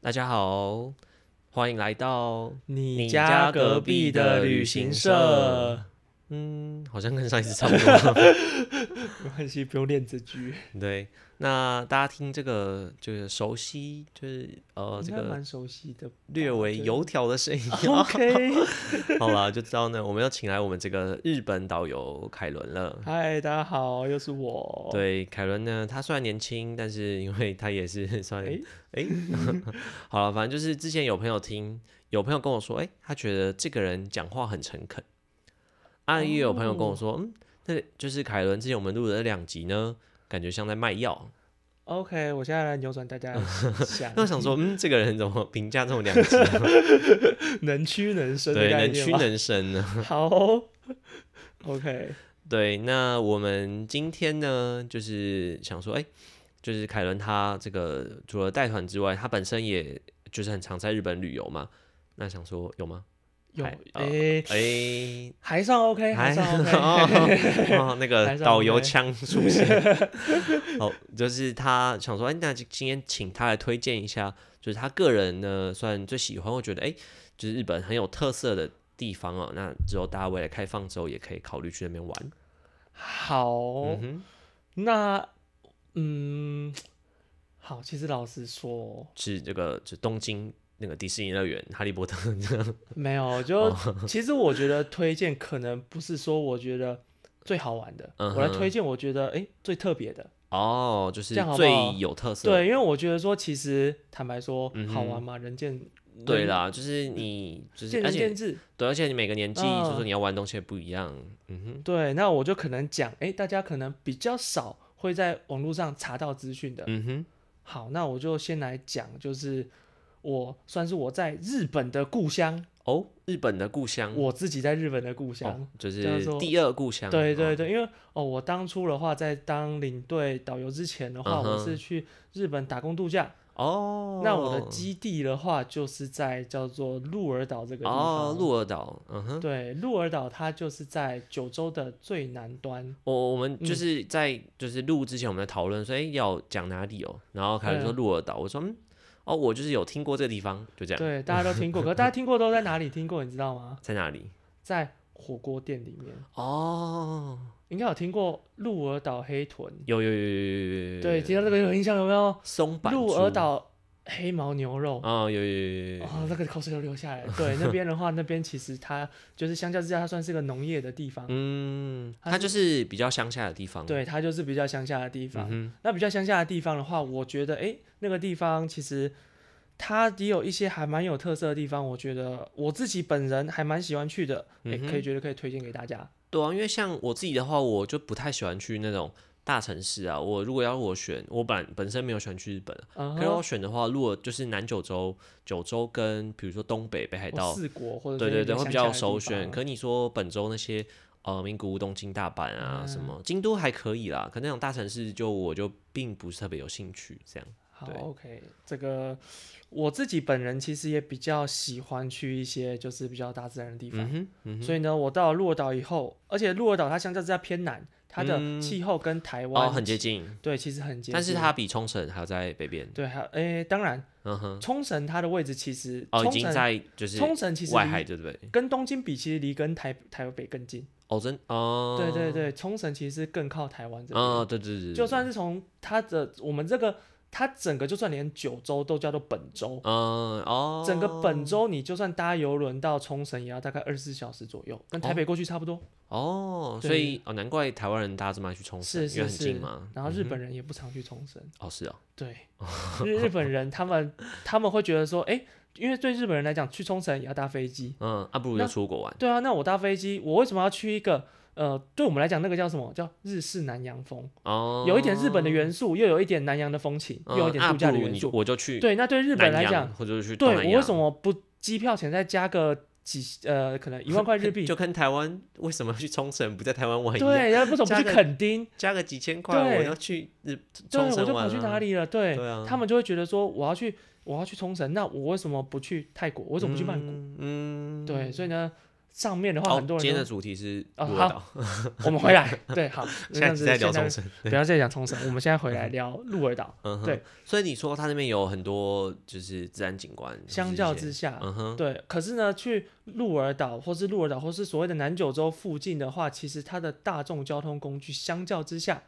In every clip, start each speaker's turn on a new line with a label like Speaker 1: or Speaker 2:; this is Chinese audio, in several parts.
Speaker 1: 大家好，欢迎来到
Speaker 2: 你
Speaker 1: 家
Speaker 2: 家
Speaker 1: 隔
Speaker 2: 隔
Speaker 1: 壁
Speaker 2: 壁
Speaker 1: 的
Speaker 2: 的
Speaker 1: 旅
Speaker 2: 旅
Speaker 1: 行
Speaker 2: 行
Speaker 1: 社
Speaker 2: 社，
Speaker 1: 嗯，好像跟上一次差不多。
Speaker 2: 没关系，不用练这句，
Speaker 1: 对，那大家听这个就是熟悉，就是呃这
Speaker 2: 应该
Speaker 1: 个
Speaker 2: 蛮熟悉 的吧，
Speaker 1: 略微
Speaker 2: 对
Speaker 1: 油条的声音。
Speaker 2: OK。
Speaker 1: 好了，就知道呢，我们要请来我们这个日本导游凯伦了。
Speaker 2: 嗨，大家好，又是我。，
Speaker 1: 对，凯伦呢，他虽然年轻，但是因为他也是 算
Speaker 2: 哎
Speaker 1: 哎、好了，反正就是之前有朋友听，有朋友跟我说，哎、他觉得这个人讲话很诚恳。啊，也有朋友跟我说，嗯，那就是凯伦之前我们录的那两集呢，感觉像在卖药。
Speaker 2: ，OK，我现在来扭 转大家的形象
Speaker 1: 那我想说，嗯，这个人怎么评价这么两极啊？
Speaker 2: 能屈能伸的
Speaker 1: 对，
Speaker 2: 概
Speaker 1: 能
Speaker 2: 念
Speaker 1: 屈
Speaker 2: 吗。
Speaker 1: 能伸 呢。
Speaker 2: 好哦，OK，
Speaker 1: 对，那我们今天呢，就是想说，哎、就是凯伦他这个除了带团之外，他本身也就是很常在日本旅游嘛。那想说有吗？
Speaker 2: 有
Speaker 1: 还呃
Speaker 2: 诶，
Speaker 1: 哎、
Speaker 2: 还算 OK，还哎 算 OK。
Speaker 1: 哦，哦那个
Speaker 2: 还算
Speaker 1: 导游
Speaker 2: OK
Speaker 1: 腔出现。 好，就是他想说，哎，那就今天请他来推荐一下，就是他个人呢，算最喜欢，我觉得，哎，就是日本很有特色的地方哦。那之后大家未来开放之后，也可以考虑去那边玩。
Speaker 2: 好，
Speaker 1: 嗯哼，
Speaker 2: 那嗯，好，其实老实说，
Speaker 1: 是这个，就东京那个迪士尼乐园，哈利波特。
Speaker 2: 没有，就
Speaker 1: 哦
Speaker 2: 其实我觉得推荐可能不是说我觉得最好玩的，
Speaker 1: 嗯哼
Speaker 2: 我来推荐我觉得诶最特别的。
Speaker 1: 哦，就是
Speaker 2: 这样好不
Speaker 1: 最
Speaker 2: 好
Speaker 1: 有特色。
Speaker 2: 对，因为我觉得说其实坦白说
Speaker 1: 嗯哼
Speaker 2: 好玩嘛，人见
Speaker 1: 对
Speaker 2: 人
Speaker 1: 啦，就是你，就是
Speaker 2: 见
Speaker 1: 而
Speaker 2: 仁
Speaker 1: 且
Speaker 2: 见智。
Speaker 1: 对，而且你每个年纪，就
Speaker 2: 嗯
Speaker 1: 是你要玩的东西也不一样。嗯哼。
Speaker 2: 对，那我就可能讲诶，大家可能比较少会在网络上查到资讯的。
Speaker 1: 嗯哼，
Speaker 2: 好，那我就先来讲，就是我算是我在日本的故乡，
Speaker 1: 哦，日本的故乡，
Speaker 2: 我自己在日本的故乡。
Speaker 1: 哦、就
Speaker 2: 叫
Speaker 1: 是
Speaker 2: 做
Speaker 1: 第二故乡，
Speaker 2: 对对
Speaker 1: 哦，
Speaker 2: 对，因为哦，我当初的话，在当领队导游之前的话，
Speaker 1: 嗯
Speaker 2: 我
Speaker 1: 哼
Speaker 2: 是去日本打工度假。
Speaker 1: 哦，
Speaker 2: 那我的基地的话，就是在叫做鹿儿岛这个地方。
Speaker 1: 哦，鹿儿岛，嗯哼，
Speaker 2: 对，鹿儿岛它就是在九州的最南端。
Speaker 1: 我我们就
Speaker 2: 嗯
Speaker 1: 是在就是录之前，我们在讨论说，哎，要讲哪里哦，然后凯伦
Speaker 2: 对啊
Speaker 1: 说鹿儿岛，我说嗯，哦，我就是有听过这个地方，就这样，
Speaker 2: 对，大家都听过，可是大家听过都在哪里听过？你知道吗？
Speaker 1: 在哪里？
Speaker 2: 在火锅店里面，
Speaker 1: 哦，
Speaker 2: 应该有听过鹿儿岛黑豚。
Speaker 1: 有有有有有有有，
Speaker 2: 对，
Speaker 1: 有
Speaker 2: 提到这个有印象有没有？
Speaker 1: 松板
Speaker 2: 鹿
Speaker 1: 猪
Speaker 2: 儿，岛黑毛牛肉。
Speaker 1: 哦，有有有有有，
Speaker 2: 哦，那个口水都流下来了。对，那边的话，那边其实它就是相较之下，它算是个农业的地方。
Speaker 1: 嗯，
Speaker 2: 它
Speaker 1: 它
Speaker 2: 是
Speaker 1: 就是比较乡下的地方，，
Speaker 2: 对，它就是比较乡下的地
Speaker 1: 嗯
Speaker 2: 方。
Speaker 1: 哼，
Speaker 2: 那比较乡下的地方的话，我觉得，哎、那个地方其实它也有一些还蛮有特色的地方。我觉得我自己本人还蛮喜欢去的，哎、
Speaker 1: 嗯哼
Speaker 2: 可以觉得可以推荐给大家。
Speaker 1: 对啊，因为像我自己的话，我就不太喜欢去那种大城市啊。我如果要我选，我本本身没有喜欢去日本啊，
Speaker 2: 嗯
Speaker 1: 可是我
Speaker 2: 哼，
Speaker 1: 选的话，如果就是南九州、九州跟比如说东北、北海
Speaker 2: 或
Speaker 1: 道，
Speaker 2: 哦四国或者
Speaker 1: 对对
Speaker 2: 是那
Speaker 1: 对，
Speaker 2: 些
Speaker 1: 会比
Speaker 2: 乡
Speaker 1: 较
Speaker 2: 下
Speaker 1: 有
Speaker 2: 的
Speaker 1: 首
Speaker 2: 地
Speaker 1: 选。
Speaker 2: 方
Speaker 1: 可你说本州那些呃名古屋、东京、大阪啊，什
Speaker 2: 嗯
Speaker 1: 么京都还可以啦，可那种大城市就我就并不是特别有兴趣这样。
Speaker 2: 好
Speaker 1: 对
Speaker 2: ，OK，这个我自己本人其实也比较喜欢去一些就是比较大自然的地方。
Speaker 1: 嗯哼，嗯哼，
Speaker 2: 所以呢，我到了鹿儿岛以后，而且鹿儿岛它相较之下偏南，它的气候跟台湾、
Speaker 1: 嗯哦，很接近，
Speaker 2: 对，其实很接近。
Speaker 1: 但是它比冲绳还要在北边。
Speaker 2: 对，还有诶，当然
Speaker 1: 嗯哼，
Speaker 2: 冲绳它的位置其实
Speaker 1: 哦，已
Speaker 2: 冲
Speaker 1: 经
Speaker 2: 绳
Speaker 1: 在就是
Speaker 2: 冲绳其实
Speaker 1: 外海，
Speaker 2: 离
Speaker 1: 对不对？
Speaker 2: 跟东京比，其实离跟台台北更近。
Speaker 1: 哦，真哦，
Speaker 2: 对对对，冲绳其实更靠台湾这边，
Speaker 1: 啊、对对对对，
Speaker 2: 就算是从它的我们这个它整个就算连九州都叫做本州。
Speaker 1: 嗯哦，
Speaker 2: 整个本州，你就算搭游轮到冲绳，也要大概二十四小时左右，跟台北过去差不多。
Speaker 1: 哦，所
Speaker 2: 对
Speaker 1: 以哦，难怪台湾人大家这么爱去冲绳，
Speaker 2: 是
Speaker 1: 因
Speaker 2: 是
Speaker 1: 为很近
Speaker 2: 是
Speaker 1: 嘛。
Speaker 2: 然后
Speaker 1: 嗯
Speaker 2: 日本人也不常去冲绳，
Speaker 1: 哦是哦，
Speaker 2: 对， 日日本人他们他们会觉得说，哎、因为对日本人来讲，去冲绳也要搭飞机。
Speaker 1: 嗯，啊不如就
Speaker 2: 那
Speaker 1: 出国玩
Speaker 2: 对啊，那我搭飞机，我为什么要去一个呃，对我们来讲那个叫什么叫日式南洋风，
Speaker 1: 哦，
Speaker 2: 有一点日本的元素，又有一点南洋的风情，又
Speaker 1: 嗯，
Speaker 2: 有一点
Speaker 1: 啊
Speaker 2: 度假
Speaker 1: 不
Speaker 2: 的
Speaker 1: 如
Speaker 2: 元
Speaker 1: 你
Speaker 2: 素。
Speaker 1: 我就去
Speaker 2: 对，那对日本
Speaker 1: 南
Speaker 2: 来
Speaker 1: 洋
Speaker 2: 讲，
Speaker 1: 或者是去东
Speaker 2: 对
Speaker 1: 南
Speaker 2: 我为
Speaker 1: 亚
Speaker 2: 什么不机票钱再加个几呃，可能一万块日 币？
Speaker 1: 就跟台湾为什么要去冲绳不在台湾玩一样，
Speaker 2: 对，然后为什么不
Speaker 1: 加
Speaker 2: 去
Speaker 1: 个
Speaker 2: 垦丁？
Speaker 1: 加个几千块我
Speaker 2: 对
Speaker 1: 要去日
Speaker 2: 对，
Speaker 1: 冲
Speaker 2: 我
Speaker 1: 绳
Speaker 2: 就
Speaker 1: 玩、啊，
Speaker 2: 跑去哪？里了？对，
Speaker 1: 对啊
Speaker 2: 他们就会觉得说我要去，我要去冲绳，那我为什么不去泰国？我为什么不去曼谷？
Speaker 1: 嗯？嗯，
Speaker 2: 对，所以呢，上面的话，
Speaker 1: 哦
Speaker 2: 很，多
Speaker 1: 今天
Speaker 2: 人
Speaker 1: 的
Speaker 2: 都
Speaker 1: 主题是
Speaker 2: 哦
Speaker 1: 鹿儿
Speaker 2: 好
Speaker 1: 岛，
Speaker 2: 我们 回来，对，好，那这
Speaker 1: 下
Speaker 2: 样
Speaker 1: 一集
Speaker 2: 子
Speaker 1: 再聊
Speaker 2: 现在
Speaker 1: 冲绳。
Speaker 2: 不要再讲冲绳，我们现在回来聊鹿儿岛。
Speaker 1: 嗯哼，
Speaker 2: 对。
Speaker 1: 所以你说它那边有很多就是自然景观，
Speaker 2: 相较之，下，
Speaker 1: 嗯哼，
Speaker 2: 对，可是呢，去鹿儿岛或是鹿儿岛或是所谓的南九州附近的话，其实它的大众交通工具相较之下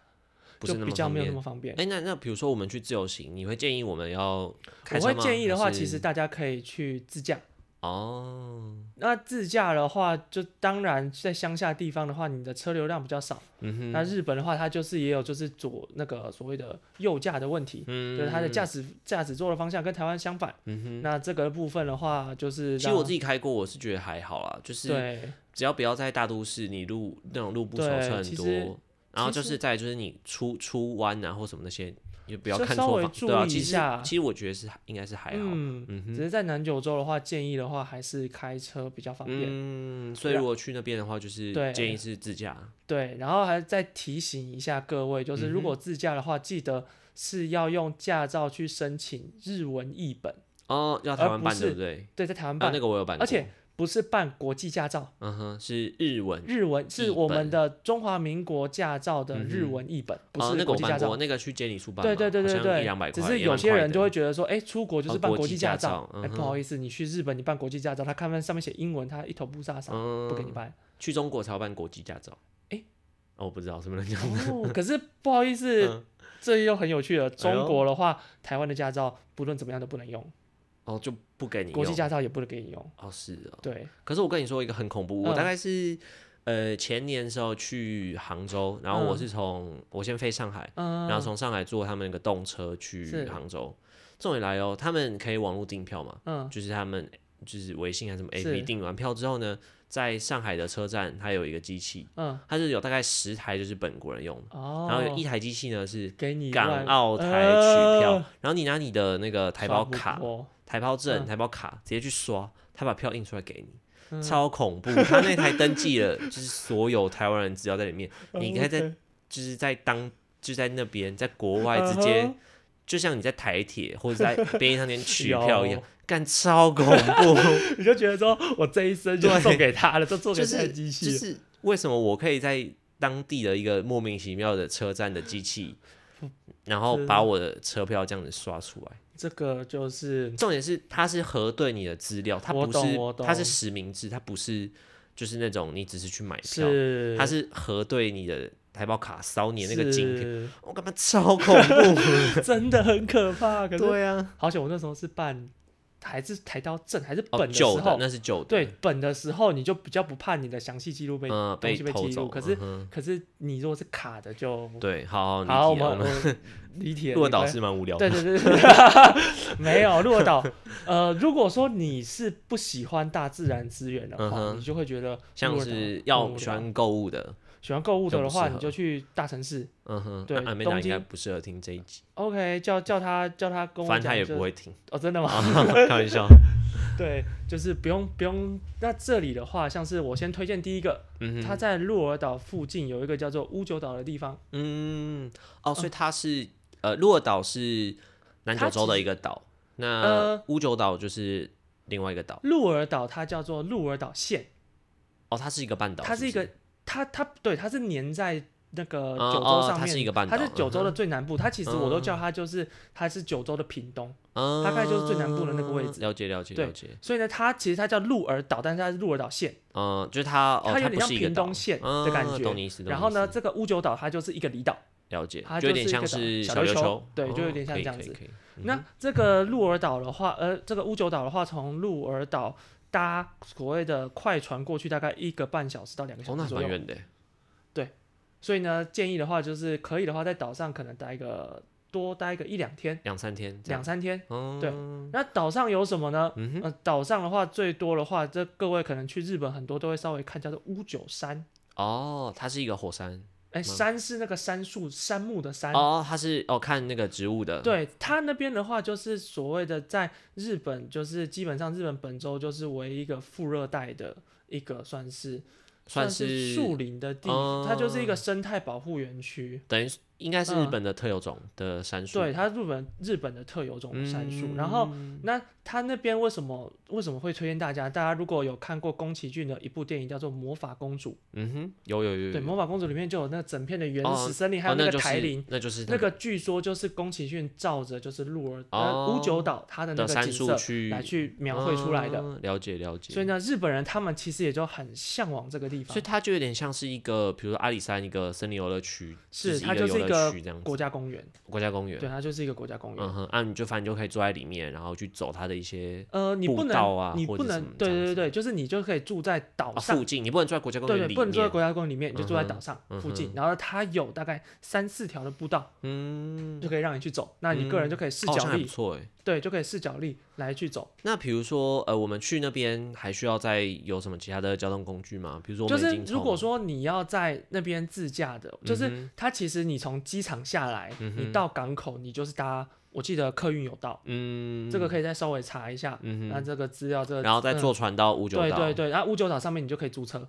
Speaker 1: 不
Speaker 2: 就是
Speaker 1: 那
Speaker 2: 比
Speaker 1: 么
Speaker 2: 较
Speaker 1: 方
Speaker 2: 没有那
Speaker 1: 便。
Speaker 2: 么方便。
Speaker 1: 哎，那那比如说我们去自由行，你会建议我们要开
Speaker 2: 我
Speaker 1: 车
Speaker 2: 会
Speaker 1: 吗？
Speaker 2: 建议的
Speaker 1: 还
Speaker 2: 话，
Speaker 1: 是
Speaker 2: 其实大家可以去自驾。
Speaker 1: 哦，
Speaker 2: 那自驾的话，就当然在乡下地方的话，你的车流量比较少。
Speaker 1: 嗯哼，
Speaker 2: 那日本的话，它就是也有就是左那个所谓的右驾的问题，
Speaker 1: 嗯，
Speaker 2: 就是它的驾驶驾驶座的方向跟台湾相反。
Speaker 1: 嗯哼。
Speaker 2: 那这个部分的话，就是
Speaker 1: 其实我
Speaker 2: 让
Speaker 1: 自己开过，我是觉得还好啦，就是
Speaker 2: 对
Speaker 1: 只要不要在大都市，你路那种路不熟
Speaker 2: 对
Speaker 1: 车很
Speaker 2: 其实
Speaker 1: 多，然后
Speaker 2: 其
Speaker 1: 就
Speaker 2: 实
Speaker 1: 是再来就是你出出弯啊或什么那些，你就不要
Speaker 2: 就
Speaker 1: 看
Speaker 2: 稍
Speaker 1: 错
Speaker 2: 微
Speaker 1: 方，
Speaker 2: 注
Speaker 1: 对啊，
Speaker 2: 意
Speaker 1: 其
Speaker 2: 一
Speaker 1: 实
Speaker 2: 下
Speaker 1: 其实我觉得是应该是还好，
Speaker 2: 嗯，
Speaker 1: 嗯
Speaker 2: 只
Speaker 1: 哼，
Speaker 2: 是在南九州的话，建议的话还是开车比较方便。啊
Speaker 1: 嗯，所以如果去那边的话，就是
Speaker 2: 对
Speaker 1: 建议是自驾，
Speaker 2: 对，然后还再提醒一下各位，
Speaker 1: 嗯
Speaker 2: 就是如果自驾的话，记得是要用驾照去申请日文译本。
Speaker 1: 哦，要台
Speaker 2: 而
Speaker 1: 湾
Speaker 2: 呃不
Speaker 1: 办对
Speaker 2: 是
Speaker 1: 不对？
Speaker 2: 对，在台湾
Speaker 1: 啊，
Speaker 2: 办，
Speaker 1: 那个我有办过，
Speaker 2: 而且不是办国际驾照，
Speaker 1: 嗯哼，是日文，
Speaker 2: 日文是
Speaker 1: 译
Speaker 2: 我
Speaker 1: 本
Speaker 2: 们的中华民国驾照的日
Speaker 1: 嗯哼
Speaker 2: 文译本，不
Speaker 1: 哦，
Speaker 2: 是
Speaker 1: 那个
Speaker 2: 国
Speaker 1: 我
Speaker 2: 际驾
Speaker 1: 办过，
Speaker 2: 照。
Speaker 1: 那个去监理处办嘛，
Speaker 2: 对对对对
Speaker 1: 一两百
Speaker 2: 对，
Speaker 1: 块，
Speaker 2: 只是
Speaker 1: 也
Speaker 2: 有
Speaker 1: 蛮
Speaker 2: 些
Speaker 1: 快
Speaker 2: 人
Speaker 1: 的
Speaker 2: 就会觉得说，哎，出国就是
Speaker 1: 哦
Speaker 2: 办
Speaker 1: 国
Speaker 2: 国
Speaker 1: 际
Speaker 2: 际
Speaker 1: 驾
Speaker 2: 照
Speaker 1: 照，
Speaker 2: 哎，
Speaker 1: 嗯
Speaker 2: 不
Speaker 1: 哼
Speaker 2: 好意思，你去日本你办国际驾照，他看看上面写英文，他一头雾煞煞，不给你
Speaker 1: 嗯
Speaker 2: 办。
Speaker 1: 去中国才要办国际驾照，
Speaker 2: 诶
Speaker 1: 哦，我不知道什么人讲的，
Speaker 2: 哦，可是不好意思，
Speaker 1: 嗯
Speaker 2: 这又很有趣了。
Speaker 1: 哎呦
Speaker 2: 中国的话，台湾的驾照不论怎么样都不能用，
Speaker 1: 哦，就不给你
Speaker 2: 国际
Speaker 1: 用
Speaker 2: 驾照也不能给你用。
Speaker 1: 哦，是哦。
Speaker 2: 对，
Speaker 1: 可是我跟你说一个很恐怖，我大
Speaker 2: 嗯
Speaker 1: 概是呃前年的时候去杭州，然后我
Speaker 2: 嗯
Speaker 1: 是从我先飞上海，
Speaker 2: 嗯，
Speaker 1: 然后从上海坐他们那个动车去
Speaker 2: 是
Speaker 1: 杭州。重点来哦，他们可以网络订票嘛，
Speaker 2: 嗯
Speaker 1: 就是他们就是微信还是什么
Speaker 2: 是
Speaker 1: APP 订完票之后呢，在上海的车站它有一个机器，
Speaker 2: 嗯，
Speaker 1: 它是有大概十台就是本国人用的，
Speaker 2: 哦，
Speaker 1: 然后有一台机器呢是
Speaker 2: 给你一
Speaker 1: 港
Speaker 2: 万
Speaker 1: 澳台取票
Speaker 2: 呃，
Speaker 1: 然后你拿你的那个台胞
Speaker 2: 刷不
Speaker 1: 卡、
Speaker 2: 过
Speaker 1: 台胞证、
Speaker 2: 嗯
Speaker 1: 台胞卡直接去刷，他把票印出来给你。
Speaker 2: 嗯
Speaker 1: 超恐怖！他那台登记了，就是所有台湾人资料在里面，你可以在
Speaker 2: 哦 OK
Speaker 1: 就是在当就在那边，在国外直接
Speaker 2: 嗯哼
Speaker 1: 就像你在台铁或者在便利商店取
Speaker 2: 有
Speaker 1: 票一样，干超恐 怖！
Speaker 2: 你就觉得说我这一生就
Speaker 1: 对
Speaker 2: 送给他了，就送给
Speaker 1: 就
Speaker 2: 这台
Speaker 1: 是
Speaker 2: 机器
Speaker 1: 就
Speaker 2: 了。
Speaker 1: 是为什么我可以在当地的一个莫名其妙的车站的机器，然后
Speaker 2: 真
Speaker 1: 把我的车票这样子刷出来？
Speaker 2: 这个就是
Speaker 1: 重点是它是核对你的资料，它
Speaker 2: 我
Speaker 1: 不
Speaker 2: 懂
Speaker 1: 是
Speaker 2: 我
Speaker 1: 它是
Speaker 2: 懂
Speaker 1: 实名制，它不是就是那种你只是去买票，
Speaker 2: 是
Speaker 1: 它是核对你的台胞卡扫你的那个晶片，
Speaker 2: 片，
Speaker 1: 我干嘛超恐 怖？
Speaker 2: 真的很可怕。可是
Speaker 1: 对啊，
Speaker 2: 好险，我那时候是办还是台刀证还是
Speaker 1: 哦，
Speaker 2: 本的时
Speaker 1: 旧的
Speaker 2: 候，
Speaker 1: 那是旧的，
Speaker 2: 对，本的时候你就比较不怕你的详细记录被
Speaker 1: 嗯，
Speaker 2: 东
Speaker 1: 被
Speaker 2: 西被
Speaker 1: 偷
Speaker 2: 记
Speaker 1: 走。
Speaker 2: 录，可是
Speaker 1: 嗯哼
Speaker 2: 可是你如果是卡的就
Speaker 1: 对，好好，
Speaker 2: 好，
Speaker 1: 你提
Speaker 2: 我
Speaker 1: 啊我
Speaker 2: 们
Speaker 1: 们
Speaker 2: 我离题了。
Speaker 1: 鹿儿
Speaker 2: 你
Speaker 1: 岛
Speaker 2: 回
Speaker 1: 是蛮无聊的
Speaker 2: 对，对对对， 没有鹿 儿岛。呃，如果说你是不喜欢大自然资源的
Speaker 1: 嗯
Speaker 2: 话，
Speaker 1: 哼
Speaker 2: 你就会觉得
Speaker 1: 像
Speaker 2: 鹿儿
Speaker 1: 是
Speaker 2: 岛很
Speaker 1: 要
Speaker 2: 无
Speaker 1: 喜
Speaker 2: 聊
Speaker 1: 欢购物的，
Speaker 2: 喜欢购物的
Speaker 1: 就
Speaker 2: 的
Speaker 1: 不
Speaker 2: 话，
Speaker 1: 适
Speaker 2: 你
Speaker 1: 合
Speaker 2: 就去大城市。
Speaker 1: 嗯哼，
Speaker 2: 对
Speaker 1: 那阿美
Speaker 2: 东
Speaker 1: 娜应该
Speaker 2: 京
Speaker 1: 不适合听这一集，
Speaker 2: OK，叫叫他叫他跟我
Speaker 1: 反正她
Speaker 2: 讲
Speaker 1: 也
Speaker 2: 就
Speaker 1: 不会 听，
Speaker 2: 哦，真的吗？
Speaker 1: 开玩 笑。
Speaker 2: 对，就是不用不用。那这里的话，像是我先推荐第一个，
Speaker 1: 嗯
Speaker 2: 它
Speaker 1: 哼，
Speaker 2: 在鹿儿岛附近有一个叫做乌九岛的地方，
Speaker 1: 嗯，哦，所以它是呃，鹿儿岛是南九
Speaker 2: 它
Speaker 1: 州
Speaker 2: 其
Speaker 1: 的
Speaker 2: 实
Speaker 1: 一个岛，那
Speaker 2: 呃
Speaker 1: 乌九岛就是另外一个岛。
Speaker 2: 鹿儿岛它叫做鹿儿岛县，
Speaker 1: 哦，它是一个半岛，
Speaker 2: 它
Speaker 1: 是
Speaker 2: 是一
Speaker 1: 不
Speaker 2: 个它它对它是粘在。那个
Speaker 1: 哦
Speaker 2: 九
Speaker 1: 哦
Speaker 2: 州上面，
Speaker 1: 它是一个半岛
Speaker 2: 它是九州的最南部。它其实我都
Speaker 1: 嗯
Speaker 2: 叫它就是，它是九州的屏东。
Speaker 1: 嗯，
Speaker 2: 大概就是最南部的那个位置
Speaker 1: 哦了解，了解，
Speaker 2: 对
Speaker 1: 了解。
Speaker 2: 所以呢，它其实它叫鹿儿岛，但是它是鹿儿岛县，
Speaker 1: 嗯，就是它，哦，
Speaker 2: 它有
Speaker 1: 不
Speaker 2: 点像
Speaker 1: 是一个
Speaker 2: 屏
Speaker 1: 岛
Speaker 2: 东县的感
Speaker 1: 嗯
Speaker 2: 觉
Speaker 1: 懂你意思。懂
Speaker 2: 然
Speaker 1: 你
Speaker 2: 后
Speaker 1: 意
Speaker 2: 呢，
Speaker 1: 思？
Speaker 2: 这个乌九岛它就是一个离岛。
Speaker 1: 了解，
Speaker 2: 它
Speaker 1: 就有
Speaker 2: 就
Speaker 1: 点
Speaker 2: 是一
Speaker 1: 像
Speaker 2: 个岛
Speaker 1: 是
Speaker 2: 小
Speaker 1: 琉
Speaker 2: 琉球
Speaker 1: 球，
Speaker 2: 对就有
Speaker 1: 哦
Speaker 2: 点像
Speaker 1: 可以
Speaker 2: 这样
Speaker 1: 可以
Speaker 2: 子
Speaker 1: 可以嗯
Speaker 2: 那这个鹿儿岛的话，呃，这个乌九岛的话，从鹿儿岛搭所谓的快船过去，大概一个半小时到两个
Speaker 1: 哦，
Speaker 2: 小
Speaker 1: 那
Speaker 2: 时
Speaker 1: 还
Speaker 2: 左
Speaker 1: 蛮
Speaker 2: 右。
Speaker 1: 远的欸。
Speaker 2: 所以呢，建议的话就是可以的话，在岛上可能待个多待个一两天、
Speaker 1: 两三天这样，
Speaker 2: 两三天。
Speaker 1: 哦，
Speaker 2: 对那岛上有什么呢？
Speaker 1: 嗯哼，
Speaker 2: 呃，岛上的话最多的话，这各位可能去日本很多都会稍微看叫做乌九山。
Speaker 1: 哦，它是一个火山，
Speaker 2: 哎，
Speaker 1: 嗯
Speaker 2: 山是那个杉树、杉木的杉。
Speaker 1: 哦，它是哦，看那个植物的，，
Speaker 2: 对它那边的话，就是所谓的在日本，就是基本上日本本州就是为一个副热带的一个算是
Speaker 1: 算
Speaker 2: 是
Speaker 1: 是
Speaker 2: 树林的地，
Speaker 1: 哦
Speaker 2: 它就是一个生态保护园区。
Speaker 1: 等于是应该是日
Speaker 2: 嗯
Speaker 1: 本的特有种的杉树，
Speaker 2: 对，它日本日本的特有种的杉树。然后，
Speaker 1: 嗯
Speaker 2: 那它那边为什么为什么会推荐大家？大家如果有看过宫崎骏的一部电影叫做《魔法公主》，
Speaker 1: 嗯哼，有有有有
Speaker 2: 对，《魔法公主》里面就有那整片的原
Speaker 1: 哦
Speaker 2: 始森林，还有
Speaker 1: 哦那
Speaker 2: 个台林。
Speaker 1: 那就是
Speaker 2: 那个据说就是宫崎骏照着就是鹿儿、呃
Speaker 1: 哦
Speaker 2: 五九岛它的
Speaker 1: 的
Speaker 2: 那个景
Speaker 1: 杉树
Speaker 2: 色
Speaker 1: 去
Speaker 2: 来去描绘出来的，
Speaker 1: 嗯了解了解。
Speaker 2: 所以呢，日本人他们其实也就很向往这个地
Speaker 1: 所以
Speaker 2: 方，
Speaker 1: 它就有点像是一个，比如说阿里山一个森林游乐区，
Speaker 2: 是
Speaker 1: 一
Speaker 2: 它就是一
Speaker 1: 游
Speaker 2: 个
Speaker 1: 乐区这样子，
Speaker 2: 国家公园，
Speaker 1: 国家公
Speaker 2: 对，
Speaker 1: 园。
Speaker 2: 它就是一个国家公园。
Speaker 1: 嗯哼，啊，你就反正就可以坐在里面，然后去走它的一些
Speaker 2: 呃，你不
Speaker 1: 步
Speaker 2: 能，
Speaker 1: 道啊
Speaker 2: 你
Speaker 1: 或
Speaker 2: 不
Speaker 1: 者
Speaker 2: 能
Speaker 1: 什么，
Speaker 2: 对
Speaker 1: 这
Speaker 2: 对
Speaker 1: 样
Speaker 2: 对
Speaker 1: 子
Speaker 2: 对，就是你就可以住在岛
Speaker 1: 啊
Speaker 2: 上，
Speaker 1: 附近，你不能坐在国家公
Speaker 2: 哦对
Speaker 1: 园
Speaker 2: 对，
Speaker 1: 里
Speaker 2: 不能住在
Speaker 1: 面。哦
Speaker 2: 国家公园里面，你就住在岛上、
Speaker 1: 嗯哼
Speaker 2: 附近。然后它有大概三四条的步道，
Speaker 1: 嗯，
Speaker 2: 就可以让你去走。那你个人就可以视
Speaker 1: 哦好像
Speaker 2: 角
Speaker 1: 还
Speaker 2: 力，
Speaker 1: 不错哎。
Speaker 2: 对，就可以视角力来去走。
Speaker 1: 那比如说，呃，我们去那边还需要再有什么其他的交通工具吗？比如说，我
Speaker 2: 就
Speaker 1: 们
Speaker 2: 是
Speaker 1: 已经
Speaker 2: 如果
Speaker 1: 从
Speaker 2: 说你要在那边自驾
Speaker 1: 嗯
Speaker 2: 的，就是它其实你从机场下来，你到港口，你就是搭，我记得客运有到，
Speaker 1: 嗯，
Speaker 2: 这个可以再稍微查一下，
Speaker 1: 嗯
Speaker 2: 那
Speaker 1: 哼，
Speaker 2: 这个资料这个，
Speaker 1: 然后再
Speaker 2: 嗯
Speaker 1: 坐船到五九
Speaker 2: 对
Speaker 1: 岛，
Speaker 2: 对对，然后乌九岛上面你就可以租车，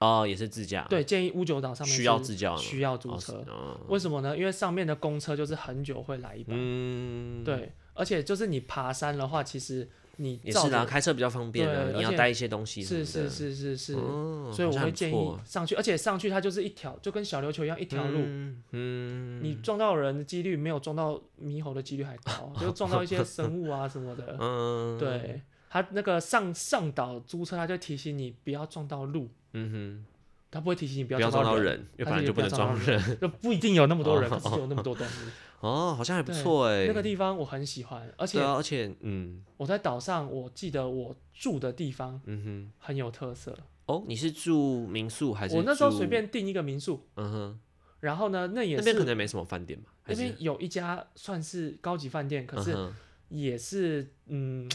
Speaker 1: 哦，也是自驾，，
Speaker 2: 对，建议乌九岛上面
Speaker 1: 需要
Speaker 2: 是
Speaker 1: 自驾吗，
Speaker 2: 需要租
Speaker 1: 哦
Speaker 2: 车，，
Speaker 1: 哦
Speaker 2: 为什么呢？因为上面的公车就是很久会来一班，
Speaker 1: 嗯，，
Speaker 2: 对，而且就是你爬山的话，其实你
Speaker 1: 也
Speaker 2: 照
Speaker 1: 是啦，
Speaker 2: 着
Speaker 1: 开车比较方便啊，
Speaker 2: 对
Speaker 1: 你要
Speaker 2: 而且
Speaker 1: 带一些东西什么
Speaker 2: 是
Speaker 1: 的，
Speaker 2: 是是是是，
Speaker 1: 哦，
Speaker 2: 所以
Speaker 1: 好像
Speaker 2: 我会
Speaker 1: 很不
Speaker 2: 建议
Speaker 1: 错
Speaker 2: 上去，而且上去它就是一条，就跟小琉球一样一条路。
Speaker 1: 嗯嗯，
Speaker 2: 你撞到人的几率没有撞到猕猴的几率还高， 就撞到一些生物啊什么的。
Speaker 1: 嗯，
Speaker 2: 对，他那个上上岛租车，他就提醒你不要撞到路，
Speaker 1: 嗯
Speaker 2: 他不会提醒你不
Speaker 1: 哼，
Speaker 2: 要
Speaker 1: 不要
Speaker 2: 撞
Speaker 1: 撞
Speaker 2: 到
Speaker 1: 到
Speaker 2: 人，
Speaker 1: 人，要不然
Speaker 2: 也
Speaker 1: 就不
Speaker 2: 不要
Speaker 1: 能
Speaker 2: 撞到
Speaker 1: 撞人，
Speaker 2: 就不一定有那么多人，
Speaker 1: 哦
Speaker 2: 可是有那么多东 西。
Speaker 1: 哦，好像还不
Speaker 2: 对
Speaker 1: 错哎，
Speaker 2: 那个地方我很喜欢，而
Speaker 1: 对
Speaker 2: 且
Speaker 1: 啊，而且嗯
Speaker 2: 我在岛上，我记得我住的地方
Speaker 1: 嗯
Speaker 2: 很有特色。
Speaker 1: 哼，哦，你是住民宿还是？
Speaker 2: 我那时候随，便订一个民宿，
Speaker 1: 嗯哼，
Speaker 2: 然后呢，那也
Speaker 1: 那
Speaker 2: 是
Speaker 1: 边可能没什么饭店吧，还
Speaker 2: 那
Speaker 1: 是
Speaker 2: 边有一家算是高级饭店，可是
Speaker 1: 嗯哼
Speaker 2: 也是，嗯，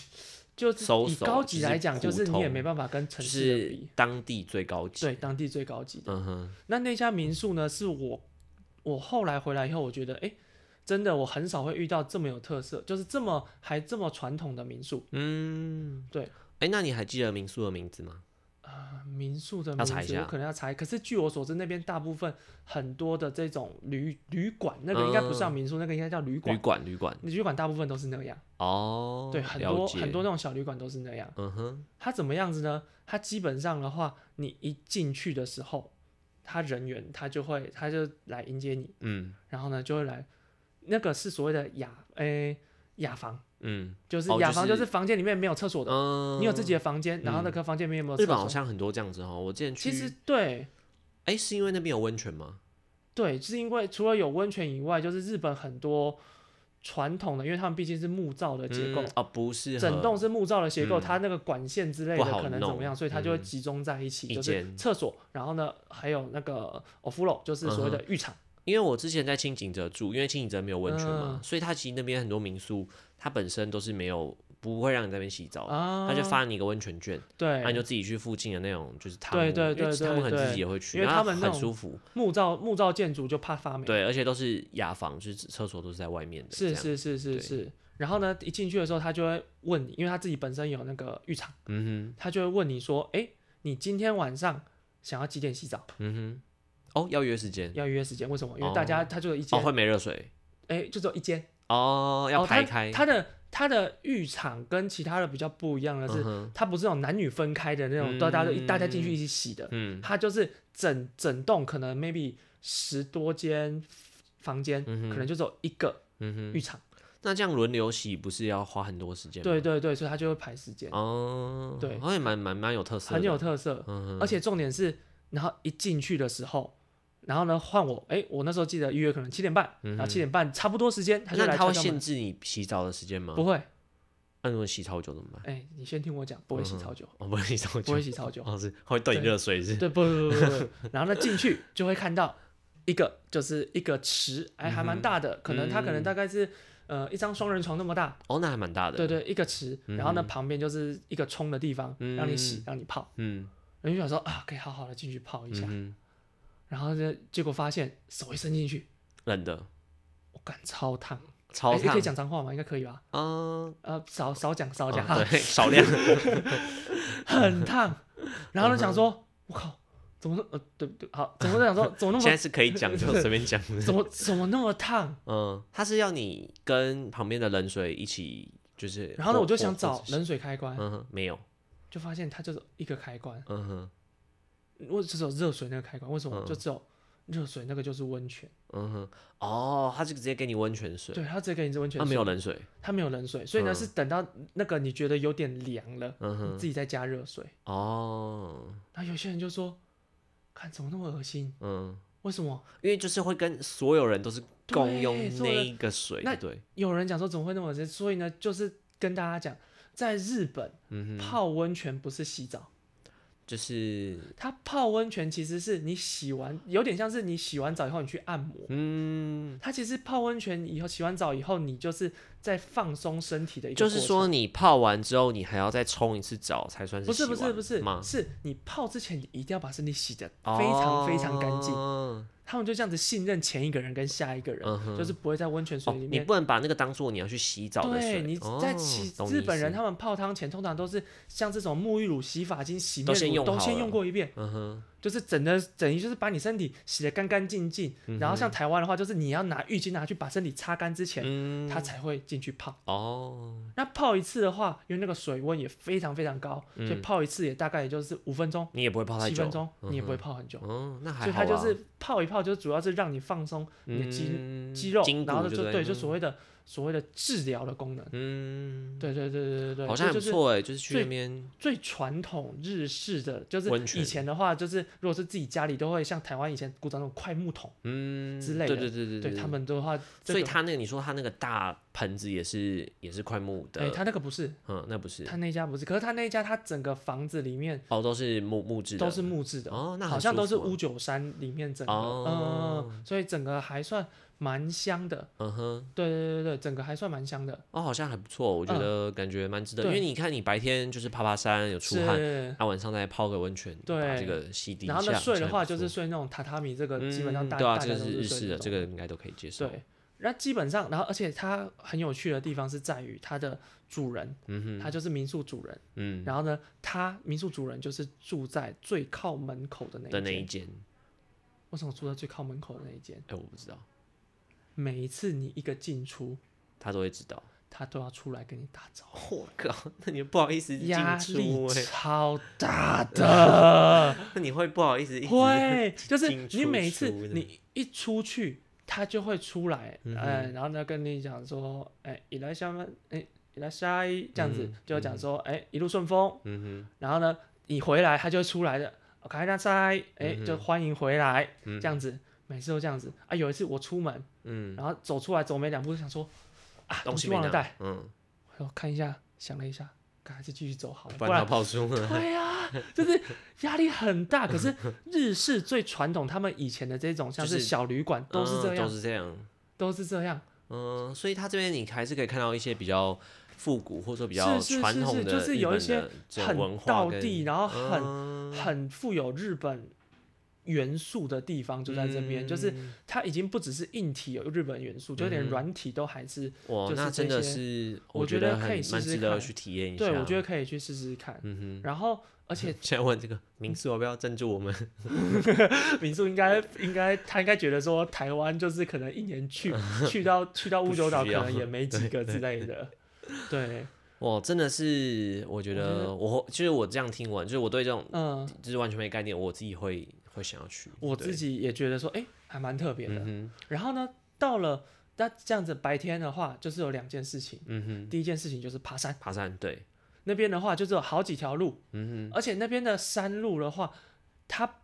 Speaker 2: 就是
Speaker 1: 搜
Speaker 2: 以
Speaker 1: 索
Speaker 2: 高
Speaker 1: 就
Speaker 2: 级
Speaker 1: 是
Speaker 2: 来讲，就
Speaker 1: 普
Speaker 2: 是你也
Speaker 1: 通
Speaker 2: 没办法跟
Speaker 1: 就
Speaker 2: 城市的
Speaker 1: 是
Speaker 2: 比，
Speaker 1: 当地最高级，
Speaker 2: 对，当地最高级的。
Speaker 1: 嗯哼，
Speaker 2: 那那家民宿呢，是我我后来回来以后，我觉得，哎，真的我很少会遇到这么有特色，就是这么还这么传统的民宿。
Speaker 1: 嗯，
Speaker 2: 对。
Speaker 1: 哎，那你还记得民宿的名字吗？
Speaker 2: 啊、民宿的
Speaker 1: 要
Speaker 2: 名
Speaker 1: 查一
Speaker 2: 字我
Speaker 1: 下
Speaker 2: 可能要查一，可是据我所知，那边大部分很多的这种旅旅馆，那个应该不算民宿，那个应该叫旅
Speaker 1: 旅
Speaker 2: 馆。
Speaker 1: 馆，旅馆。
Speaker 2: 旅馆大部分都是那样，
Speaker 1: 哦，
Speaker 2: 对，很
Speaker 1: 了
Speaker 2: 多
Speaker 1: 解
Speaker 2: 很多，那种小旅馆都是那样。
Speaker 1: 嗯哼，
Speaker 2: 它怎么样子呢？它基本上的话，你一进去的时候，他人员他就会他就来迎接你，
Speaker 1: 嗯
Speaker 2: 然后呢就会来，那个是所谓的雅诶、雅房，
Speaker 1: 嗯
Speaker 2: 就是
Speaker 1: 哦
Speaker 2: 雅
Speaker 1: 就
Speaker 2: 房就是
Speaker 1: 是
Speaker 2: 房间里面没有厕所的，
Speaker 1: 嗯，
Speaker 2: 你有自己的房间，然后那
Speaker 1: 嗯
Speaker 2: 个房间里面有没有
Speaker 1: 日
Speaker 2: 厕
Speaker 1: 本好
Speaker 2: 所？
Speaker 1: 像很多这样子哦，我之前去，
Speaker 2: 其实对
Speaker 1: 哎，是因为那边有温泉吗？
Speaker 2: 对，是因为除了有温泉以外，就是日本很多传统的，因为他们毕竟是木造的结构。
Speaker 1: 嗯哦，不是，
Speaker 2: 整栋是木造的结构，
Speaker 1: 嗯
Speaker 2: 它那个管线之类
Speaker 1: 不
Speaker 2: 的
Speaker 1: 好
Speaker 2: 可能怎么样，
Speaker 1: 弄
Speaker 2: 所以它就会
Speaker 1: 嗯
Speaker 2: 集中在一起，
Speaker 1: 一
Speaker 2: 就是
Speaker 1: 间
Speaker 2: 厕所，然后呢还有那个 o f f r o 就是
Speaker 1: 嗯
Speaker 2: 所谓的浴场，
Speaker 1: 因为我之前在清井泽住，因为清井泽没有温泉嘛
Speaker 2: 嗯，
Speaker 1: 所以它其实那边很多民宿，它本身都是没有不会让你在那边洗澡的，
Speaker 2: 啊
Speaker 1: 它就发你一个温泉券，
Speaker 2: 对
Speaker 1: 那你就自己去附近的那种就是汤屋，
Speaker 2: 对对对
Speaker 1: 因为其实他们
Speaker 2: 对
Speaker 1: 很自
Speaker 2: 对
Speaker 1: 己也会去，
Speaker 2: 因为
Speaker 1: 然
Speaker 2: 他
Speaker 1: 后
Speaker 2: 们那
Speaker 1: 很
Speaker 2: 种
Speaker 1: 舒服，
Speaker 2: 木造木造建筑就怕发霉，
Speaker 1: 对，而且都是雅房，就是厕所都是在外面的，
Speaker 2: 是
Speaker 1: 这样，
Speaker 2: 是是是
Speaker 1: 对
Speaker 2: 是。然后呢，一进去的时候，他就会问你，因为他自己本身有那个浴场，
Speaker 1: 嗯
Speaker 2: 他就会问你说，哎，你今天晚上想要几点洗澡？
Speaker 1: 哼，嗯哼，哦，要约时间，
Speaker 2: 要约时间，为什么？因为大家他就有一
Speaker 1: 哦，
Speaker 2: 间，
Speaker 1: 会没热水，
Speaker 2: 哎，就只有一间，
Speaker 1: 哦，要
Speaker 2: 哦它
Speaker 1: 排开。
Speaker 2: 它的它的浴场跟其他的比较不一样的是，
Speaker 1: 嗯哼
Speaker 2: 它不是那种男女分开的那种，
Speaker 1: 嗯
Speaker 2: 大家都一大家进去一起洗的，
Speaker 1: 嗯
Speaker 2: 它就是整整栋可能 maybe 十多间房间，可能就只有一个
Speaker 1: 嗯
Speaker 2: 浴场。
Speaker 1: 哼，那这样轮流洗不是要花很多时间吗？
Speaker 2: 对对对，所以它就会排时间，
Speaker 1: 嗯哦，
Speaker 2: 对
Speaker 1: 好像也蛮蛮蛮有特色的，
Speaker 2: 很有特色。
Speaker 1: 嗯哼，
Speaker 2: 而且重点是，然后一进去的时候。然后呢，换我，哎，我那时候记得预约可能七点半，然后七点半差不多时间，他
Speaker 1: 嗯
Speaker 2: 就
Speaker 1: 那
Speaker 2: 来
Speaker 1: 它
Speaker 2: 敲
Speaker 1: 会
Speaker 2: 敲门
Speaker 1: 限。制你洗澡的时间吗？
Speaker 2: 不，会，
Speaker 1: 那如果洗超久怎么办？
Speaker 2: 哎，你先听我讲，不会洗
Speaker 1: 嗯哼
Speaker 2: 超久，
Speaker 1: 我不会洗超
Speaker 2: 不
Speaker 1: 久
Speaker 2: 会，洗超久。
Speaker 1: 哦是会兑你
Speaker 2: 对
Speaker 1: 热水是？
Speaker 2: 对，不不不不 不，然后呢进去就会看到一个就是一个池，
Speaker 1: 嗯
Speaker 2: 哎，还蛮大的，可能它可能大概是呃一张双人床那么大，
Speaker 1: 哦，那还蛮大的。
Speaker 2: 对，对，一个池，
Speaker 1: 嗯
Speaker 2: 然后呢旁边就是一个冲的地方，让你洗，让你泡，
Speaker 1: 嗯
Speaker 2: 然后就想说啊，可以好好的进去泡一下，
Speaker 1: 嗯
Speaker 2: 然后呢结果发现手一伸进去，
Speaker 1: 哼，冷的，
Speaker 2: 我感超烫，
Speaker 1: 超
Speaker 2: 哎
Speaker 1: 烫哦
Speaker 2: 可以讲脏话吗？应该可以吧？
Speaker 1: 啊，
Speaker 2: 呃，少少讲少讲，
Speaker 1: 啊对，少量， 嗯
Speaker 2: 很烫，然后呢想说，我靠，怎么那呃对不对？好，怎么 想说怎么那
Speaker 1: 现在
Speaker 2: 么
Speaker 1: 是可以 讲就随便讲
Speaker 2: 怎
Speaker 1: 的。
Speaker 2: 么怎么那么烫？
Speaker 1: 嗯，它是要你跟旁边的冷水一起，就是。
Speaker 2: 然后呢，
Speaker 1: 或
Speaker 2: 我就想
Speaker 1: 或
Speaker 2: 找
Speaker 1: 或者是
Speaker 2: 冷水开关，
Speaker 1: 嗯哼，没有，
Speaker 2: 就发现它就是一个开关，
Speaker 1: 嗯哼，
Speaker 2: 我只有热水那个开关，为什么？
Speaker 1: 嗯
Speaker 2: 就只有热水那个就是温泉，
Speaker 1: 嗯哼，哦，它就直接给你温泉水，啊
Speaker 2: 对，它直接给你是温泉
Speaker 1: 它没
Speaker 2: 水，
Speaker 1: 有冷水，
Speaker 2: 它没有冷水，所以呢
Speaker 1: 嗯
Speaker 2: 是等到那个你觉得有点凉了，
Speaker 1: 嗯
Speaker 2: 你
Speaker 1: 哼，
Speaker 2: 自己再加热水。
Speaker 1: 哦，
Speaker 2: 然后有些人就说，看怎么那么恶心？
Speaker 1: 嗯，
Speaker 2: 为什么？
Speaker 1: 因为就是会跟所有人都是共用
Speaker 2: 对所有
Speaker 1: 那
Speaker 2: 人
Speaker 1: 一个水，
Speaker 2: 那
Speaker 1: 对，
Speaker 2: 有人讲说怎么会那么恶心？所以呢，就是跟大家讲，在日本
Speaker 1: 嗯哼，
Speaker 2: 泡温泉不是洗澡。
Speaker 1: 就是，
Speaker 2: 它泡温泉其实是你洗完，有点像是你洗完澡以后你去按摩。
Speaker 1: 嗯，
Speaker 2: 它其实泡温泉以后，洗完澡以后，你就是在放松身体的一个
Speaker 1: 就是
Speaker 2: 过
Speaker 1: 说
Speaker 2: 程，
Speaker 1: 你泡完之后，你还要再冲一次澡才算
Speaker 2: 不
Speaker 1: 洗
Speaker 2: 是
Speaker 1: 完
Speaker 2: 不是不是
Speaker 1: 吗，？
Speaker 2: 是你泡之前你一定要把身体洗得非常非常干净。
Speaker 1: 哦
Speaker 2: 他们就这样子信任前一个人跟下一个人，
Speaker 1: 嗯哼
Speaker 2: 就是不会在温泉
Speaker 1: 哦，
Speaker 2: 水里
Speaker 1: 你
Speaker 2: 面。
Speaker 1: 不能把那个当做你要去洗澡的水。
Speaker 2: 对，你
Speaker 1: 哦
Speaker 2: 在洗、
Speaker 1: 懂
Speaker 2: 日
Speaker 1: 你
Speaker 2: 本
Speaker 1: 意
Speaker 2: 人
Speaker 1: 思
Speaker 2: 他们泡汤前通常都是像这种沐浴乳、洗发精、洗
Speaker 1: 都
Speaker 2: 面
Speaker 1: 先
Speaker 2: 乳
Speaker 1: 用
Speaker 2: 都
Speaker 1: 好
Speaker 2: 先
Speaker 1: 了
Speaker 2: 用过一遍，
Speaker 1: 嗯哼，
Speaker 2: 就是整的整于就是把你身体洗得干干净净，
Speaker 1: 嗯
Speaker 2: 然后像台湾的话，就是你要拿浴巾拿去把身体擦干之前，
Speaker 1: 嗯，
Speaker 2: 它才会进去泡。
Speaker 1: 哦，
Speaker 2: 那泡一次的话，因为那个水温也非常非常高，所以泡一次也大概也就是五分钟、
Speaker 1: 你也不会嗯泡太
Speaker 2: 七
Speaker 1: 久
Speaker 2: 分，钟，你也不会泡很久。
Speaker 1: 嗯，那还
Speaker 2: 所以
Speaker 1: 好
Speaker 2: 它就
Speaker 1: 啊
Speaker 2: 是泡一泡，就是主要是让你放松你的肌、
Speaker 1: 嗯
Speaker 2: 肌肉
Speaker 1: 筋，骨
Speaker 2: 然后
Speaker 1: 就
Speaker 2: 就对，就所谓的所谓的治疗的功能。
Speaker 1: 嗯，
Speaker 2: 对对对对对对，
Speaker 1: 好像还
Speaker 2: 这
Speaker 1: 不
Speaker 2: 就是
Speaker 1: 错哎，就是去
Speaker 2: 最
Speaker 1: 那边，
Speaker 2: 最传统日式的，就是
Speaker 1: 温泉
Speaker 2: 以前的话，就是如果是自己家里都会像台湾以前古早那种快木桶，
Speaker 1: 嗯
Speaker 2: 之类
Speaker 1: 对
Speaker 2: 的
Speaker 1: 对对对
Speaker 2: 对他。们的话，这
Speaker 1: 所以
Speaker 2: 个
Speaker 1: 他那个你说他那个大盆子也是也是块木
Speaker 2: 哎，
Speaker 1: 的，
Speaker 2: 他那个不是，
Speaker 1: 嗯，那不是
Speaker 2: 他那家不是，可是他那一家他整个房子里面
Speaker 1: 哦，都是木木质的，
Speaker 2: 都是木质的，
Speaker 1: 哦，那很
Speaker 2: 好像
Speaker 1: 舒
Speaker 2: 都是
Speaker 1: 服啊
Speaker 2: 乌九山里面整个，嗯
Speaker 1: 哦
Speaker 2: 嗯，嗯所以整个还算蛮香的，
Speaker 1: 嗯哼，
Speaker 2: 对对对对，整个还算蛮香的，
Speaker 1: 哦，好像还不错，我觉
Speaker 2: 嗯
Speaker 1: 得感觉蛮值得，因
Speaker 2: 对
Speaker 1: 为你看你白天就是爬爬山有出汗，啊
Speaker 2: 是。
Speaker 1: 他晚上再泡个温泉，把这
Speaker 2: 对
Speaker 1: 个洗涤一下。
Speaker 2: 然后呢，睡
Speaker 1: 这
Speaker 2: 的
Speaker 1: 样
Speaker 2: 话
Speaker 1: 也
Speaker 2: 就
Speaker 1: 不
Speaker 2: 是
Speaker 1: 错
Speaker 2: 睡那种榻榻米，这个基本上
Speaker 1: 嗯
Speaker 2: 大
Speaker 1: 对啊，
Speaker 2: 大
Speaker 1: 这个
Speaker 2: 家都
Speaker 1: 是日
Speaker 2: 睡
Speaker 1: 式的，
Speaker 2: 种
Speaker 1: 这个应该都可以接受。
Speaker 2: 对，那基本上，然后而且它很有趣的地方是在于它的主人，
Speaker 1: 嗯
Speaker 2: 他就是民宿主人。
Speaker 1: 哼，嗯，
Speaker 2: 然后呢，他民宿主人就是住在最靠门口的那
Speaker 1: 的
Speaker 2: 一
Speaker 1: 那一
Speaker 2: 间。
Speaker 1: 间，
Speaker 2: 为什么住在最靠门口的那一间？
Speaker 1: 哎，我不知道，
Speaker 2: 每一次你一个进出，
Speaker 1: 他都会知 道。
Speaker 2: 他都要出来跟你打招呼，
Speaker 1: 我靠， 那你不好意思进
Speaker 2: 压
Speaker 1: 出
Speaker 2: 力
Speaker 1: 哎，
Speaker 2: 超大 的。
Speaker 1: 那你会不好意思一直
Speaker 2: 会，就是
Speaker 1: 进
Speaker 2: 你
Speaker 1: 出
Speaker 2: 每次
Speaker 1: 出的
Speaker 2: 你一出去，他就会出来，嗯、然后呢跟你讲说，哎、伊来下面，哎、伊来下一这样子，
Speaker 1: 嗯
Speaker 2: 就讲说，哎、一路顺风，
Speaker 1: 嗯
Speaker 2: 然后呢你回来，他就会出来的，哦我开大塞，哎、
Speaker 1: 嗯
Speaker 2: 就欢迎回来，这样子，每次都这样子啊。有一次我出门，
Speaker 1: 哼，嗯，
Speaker 2: 然后走出来走没两步，就想说啊，东
Speaker 1: 西
Speaker 2: 西
Speaker 1: 没
Speaker 2: 忘了
Speaker 1: 拿
Speaker 2: 带，，
Speaker 1: 嗯，
Speaker 2: 我看一下，想了一下，刚还是继续走好了，
Speaker 1: 不
Speaker 2: 不
Speaker 1: 然他
Speaker 2: 然
Speaker 1: 跑出 了。
Speaker 2: 对呀、就是压力很大。可是日式最传统，他们以前的这种像
Speaker 1: 就是
Speaker 2: 是小旅馆 都是
Speaker 1: 嗯
Speaker 2: 这样，
Speaker 1: 都是这样。
Speaker 2: 都是这样，
Speaker 1: 嗯，所以他这边你还是可以看到一些比较复古或者说比较
Speaker 2: 是是是
Speaker 1: 传统
Speaker 2: 是
Speaker 1: 的，
Speaker 2: 就是有一些
Speaker 1: 文
Speaker 2: 很
Speaker 1: 化
Speaker 2: 道
Speaker 1: 跟
Speaker 2: 地，然后很、
Speaker 1: 嗯
Speaker 2: 很富有日本元素的地方就在这边，就是
Speaker 1: 嗯
Speaker 2: 它已经不只是硬体有日本元素，就连软体都还是。
Speaker 1: 哇，
Speaker 2: 就是
Speaker 1: 那真的
Speaker 2: 这些
Speaker 1: 是，
Speaker 2: 我
Speaker 1: 我觉
Speaker 2: 觉得
Speaker 1: 很
Speaker 2: 可以试
Speaker 1: 蛮
Speaker 2: 试
Speaker 1: 值得
Speaker 2: 看
Speaker 1: 去体验一下。
Speaker 2: 对，我觉得可以去试试看。
Speaker 1: 嗯
Speaker 2: 然后，而且
Speaker 1: 哼， 现在问这个民宿要不要赞助我们？
Speaker 2: 民宿应该应该他应该觉得说台湾就是可能一年 去去到去到
Speaker 1: 不
Speaker 2: 乌九岛可
Speaker 1: 需要
Speaker 2: 能也没几个之类 的，对，
Speaker 1: 哇，真的是，我觉
Speaker 2: 我觉
Speaker 1: 得我就是我这样听完，就是我对这种
Speaker 2: 嗯，
Speaker 1: 就是完全没概念，我自己会会想要去。
Speaker 2: 我
Speaker 1: 对
Speaker 2: 自己也觉得说，哎、还蛮特别的。
Speaker 1: 嗯
Speaker 2: 然后呢，到了那这样子白天的话，就是有两件事情
Speaker 1: 哼，。嗯哼，
Speaker 2: 第一件事情就是爬山，
Speaker 1: 爬山对，
Speaker 2: 那边的话就是有好几条路，
Speaker 1: 嗯
Speaker 2: 而且那边的山路的话，它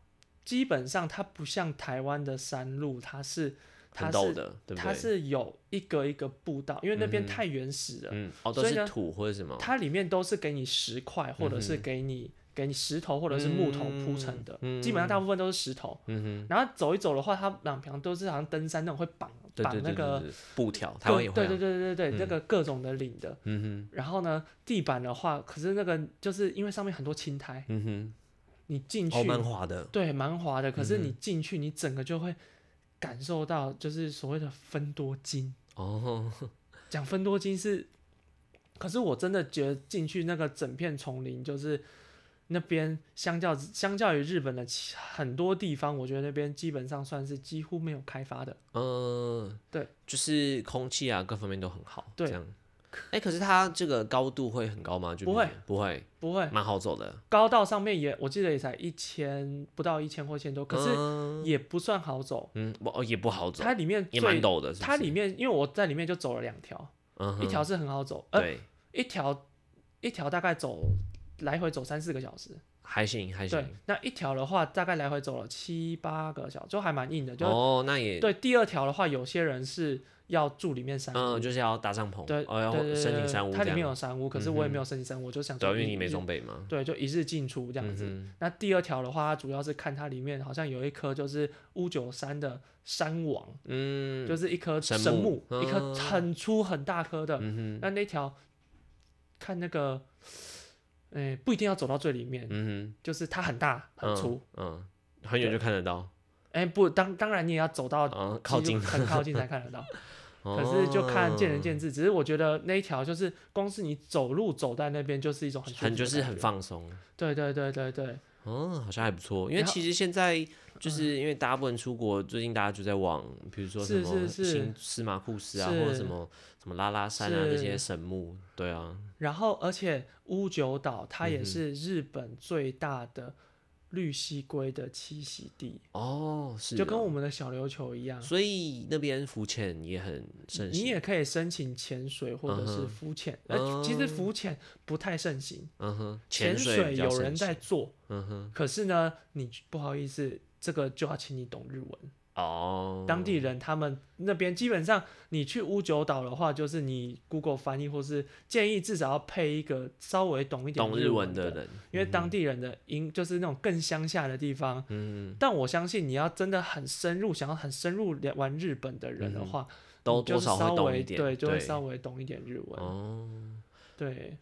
Speaker 2: 基本上它不像台湾的山路，它是
Speaker 1: 哼，
Speaker 2: 它
Speaker 1: 很陡
Speaker 2: 是
Speaker 1: 的，对不
Speaker 2: 它
Speaker 1: 对？
Speaker 2: 是有一个一个步道，因为那边
Speaker 1: 嗯哼
Speaker 2: 太原始了，
Speaker 1: 嗯，哦，都
Speaker 2: 所以
Speaker 1: 是
Speaker 2: 呢
Speaker 1: 土或者什么，
Speaker 2: 它里面都是给你石块，或
Speaker 1: 嗯
Speaker 2: 者是给你、给你石头或者是木头铺成的，
Speaker 1: 嗯
Speaker 2: 基本上大部分都是石头。
Speaker 1: 嗯
Speaker 2: 然后走一走的话，它两旁都是好像登山那种会绑
Speaker 1: 哼，对
Speaker 2: 绑
Speaker 1: 对
Speaker 2: 那
Speaker 1: 对对
Speaker 2: 个
Speaker 1: 对，布条，台
Speaker 2: 各
Speaker 1: 湾也会
Speaker 2: 对对
Speaker 1: 啊，
Speaker 2: 对对对，那
Speaker 1: 嗯
Speaker 2: 个各种的领的。
Speaker 1: 嗯
Speaker 2: 然后呢，地板的话，可是那个就是因为上面很多青苔
Speaker 1: 哼，，嗯
Speaker 2: 你进
Speaker 1: 哼，
Speaker 2: 去、
Speaker 1: 哦，蛮滑的，
Speaker 2: 对蛮滑的，可是
Speaker 1: 嗯哼
Speaker 2: 你进去你整个就会感受到就是所谓的分多金。
Speaker 1: 哦，
Speaker 2: 讲分多金是，可是我真的觉得进去那个整片丛林，就是那边相较相较于日本的其很多地方，我觉得那边基本上算是几乎没有开发的。
Speaker 1: 嗯，
Speaker 2: 对，
Speaker 1: 就是空气啊，各方面都很好，
Speaker 2: 对
Speaker 1: 这样。哎、可是它这个高度会很高吗？就
Speaker 2: 不会哎
Speaker 1: 是，不会，
Speaker 2: 不会，
Speaker 1: 蛮好走的。
Speaker 2: 高到上面也我记得也才一千不到一千或一千多，可是
Speaker 1: 嗯，
Speaker 2: 也不算好走。
Speaker 1: 嗯不哦也不好走，
Speaker 2: 它里面
Speaker 1: 也
Speaker 2: 最
Speaker 1: 蛮陡的是不是。
Speaker 2: 它里面因为我在里面就走了两条，
Speaker 1: 嗯哼
Speaker 2: 一条是很好走，呃，
Speaker 1: 对，
Speaker 2: 一条一条大概走来回走三四个小时。
Speaker 1: 还行还
Speaker 2: 对
Speaker 1: 行。，
Speaker 2: 那一条的话大概来回走了七八个小时，就还蛮硬的。就、
Speaker 1: 哦，那也
Speaker 2: 对第二条的话，有些人是要住里面山屋，
Speaker 1: 嗯，就是要搭帐篷，
Speaker 2: 对
Speaker 1: 哦要
Speaker 2: 对对对
Speaker 1: 申
Speaker 2: 对
Speaker 1: 请山屋这
Speaker 2: 它里面
Speaker 1: 样。
Speaker 2: 有山屋，可是我也没有申请山屋，我就想
Speaker 1: 对啊，
Speaker 2: 说
Speaker 1: 因为
Speaker 2: 一
Speaker 1: 你没
Speaker 2: 日
Speaker 1: 装备嘛，
Speaker 2: 对，就一日进出这样子。
Speaker 1: 嗯
Speaker 2: 那第二条的话，它主要是看它里面好像有一棵就是乌九山的山王，
Speaker 1: 哼嗯，
Speaker 2: 就是一棵
Speaker 1: 神
Speaker 2: 神
Speaker 1: 木
Speaker 2: 一棵
Speaker 1: 嗯
Speaker 2: 很粗很大棵的。
Speaker 1: 嗯哼，
Speaker 2: 那那条看那个，诶、不一定要走到最里面，
Speaker 1: 嗯
Speaker 2: 就是它很大
Speaker 1: 哼，
Speaker 2: 很粗。
Speaker 1: 嗯，嗯，很远就看得到，
Speaker 2: 哎、不，当当然你也要走到
Speaker 1: 嗯，靠
Speaker 2: 几乎
Speaker 1: 近，哦
Speaker 2: 很靠近才看 得到。可是就看见仁
Speaker 1: 见，
Speaker 2: 见智，只是我觉得那一条就是，光是你走路走在那边就是一种很舒服
Speaker 1: 很
Speaker 2: 的
Speaker 1: 就是
Speaker 2: 感
Speaker 1: 很
Speaker 2: 觉。
Speaker 1: 放松。
Speaker 2: 对对对对对
Speaker 1: 哦，好像还不错，因为
Speaker 2: 然后嗯
Speaker 1: 其实现在就是因为大家不能出国，最近大家就在往，比如说什
Speaker 2: 是
Speaker 1: 么
Speaker 2: 是是
Speaker 1: 新司马库斯啊，或者
Speaker 2: 是
Speaker 1: 什么什么拉拉山啊这些
Speaker 2: 是
Speaker 1: 神木，对啊，
Speaker 2: 然后，而且乌九岛它
Speaker 1: 嗯
Speaker 2: 也
Speaker 1: 哼
Speaker 2: 是日本最大的绿蜥龟的栖息地，
Speaker 1: 哦，是
Speaker 2: 就跟
Speaker 1: 哦
Speaker 2: 我们的小琉球一样。
Speaker 1: 所以那边浮潜也很盛
Speaker 2: 你
Speaker 1: 行，
Speaker 2: 也可以申请潜水或者
Speaker 1: 嗯
Speaker 2: 是
Speaker 1: 哼
Speaker 2: 浮潜，呃，其实
Speaker 1: 嗯
Speaker 2: 浮潜不太盛行，
Speaker 1: 嗯哼，
Speaker 2: 潜
Speaker 1: 水比较
Speaker 2: 有人
Speaker 1: 盛
Speaker 2: 在
Speaker 1: 行，
Speaker 2: 做，
Speaker 1: 嗯哼，
Speaker 2: 可是呢，你不好意思，这个就要请你懂日文。
Speaker 1: 哦，
Speaker 2: 当地人他们那边基本上，你去乌九岛的话，就是你 Google 翻译，或是建议至少要配一个稍微懂一点
Speaker 1: 懂日文
Speaker 2: 文
Speaker 1: 的
Speaker 2: 的，
Speaker 1: 人，
Speaker 2: 因为当地人的英就是那种更乡下的地方。
Speaker 1: 嗯，
Speaker 2: 但我相信你要真的很深入，想要很深入了玩日本的人的
Speaker 1: 嗯哼
Speaker 2: 话，
Speaker 1: 都
Speaker 2: 你就
Speaker 1: 多
Speaker 2: 是
Speaker 1: 少
Speaker 2: 稍
Speaker 1: 会懂
Speaker 2: 微
Speaker 1: 一点，
Speaker 2: 对，就会
Speaker 1: 对
Speaker 2: 稍微懂一点日文。
Speaker 1: 哦。
Speaker 2: 对，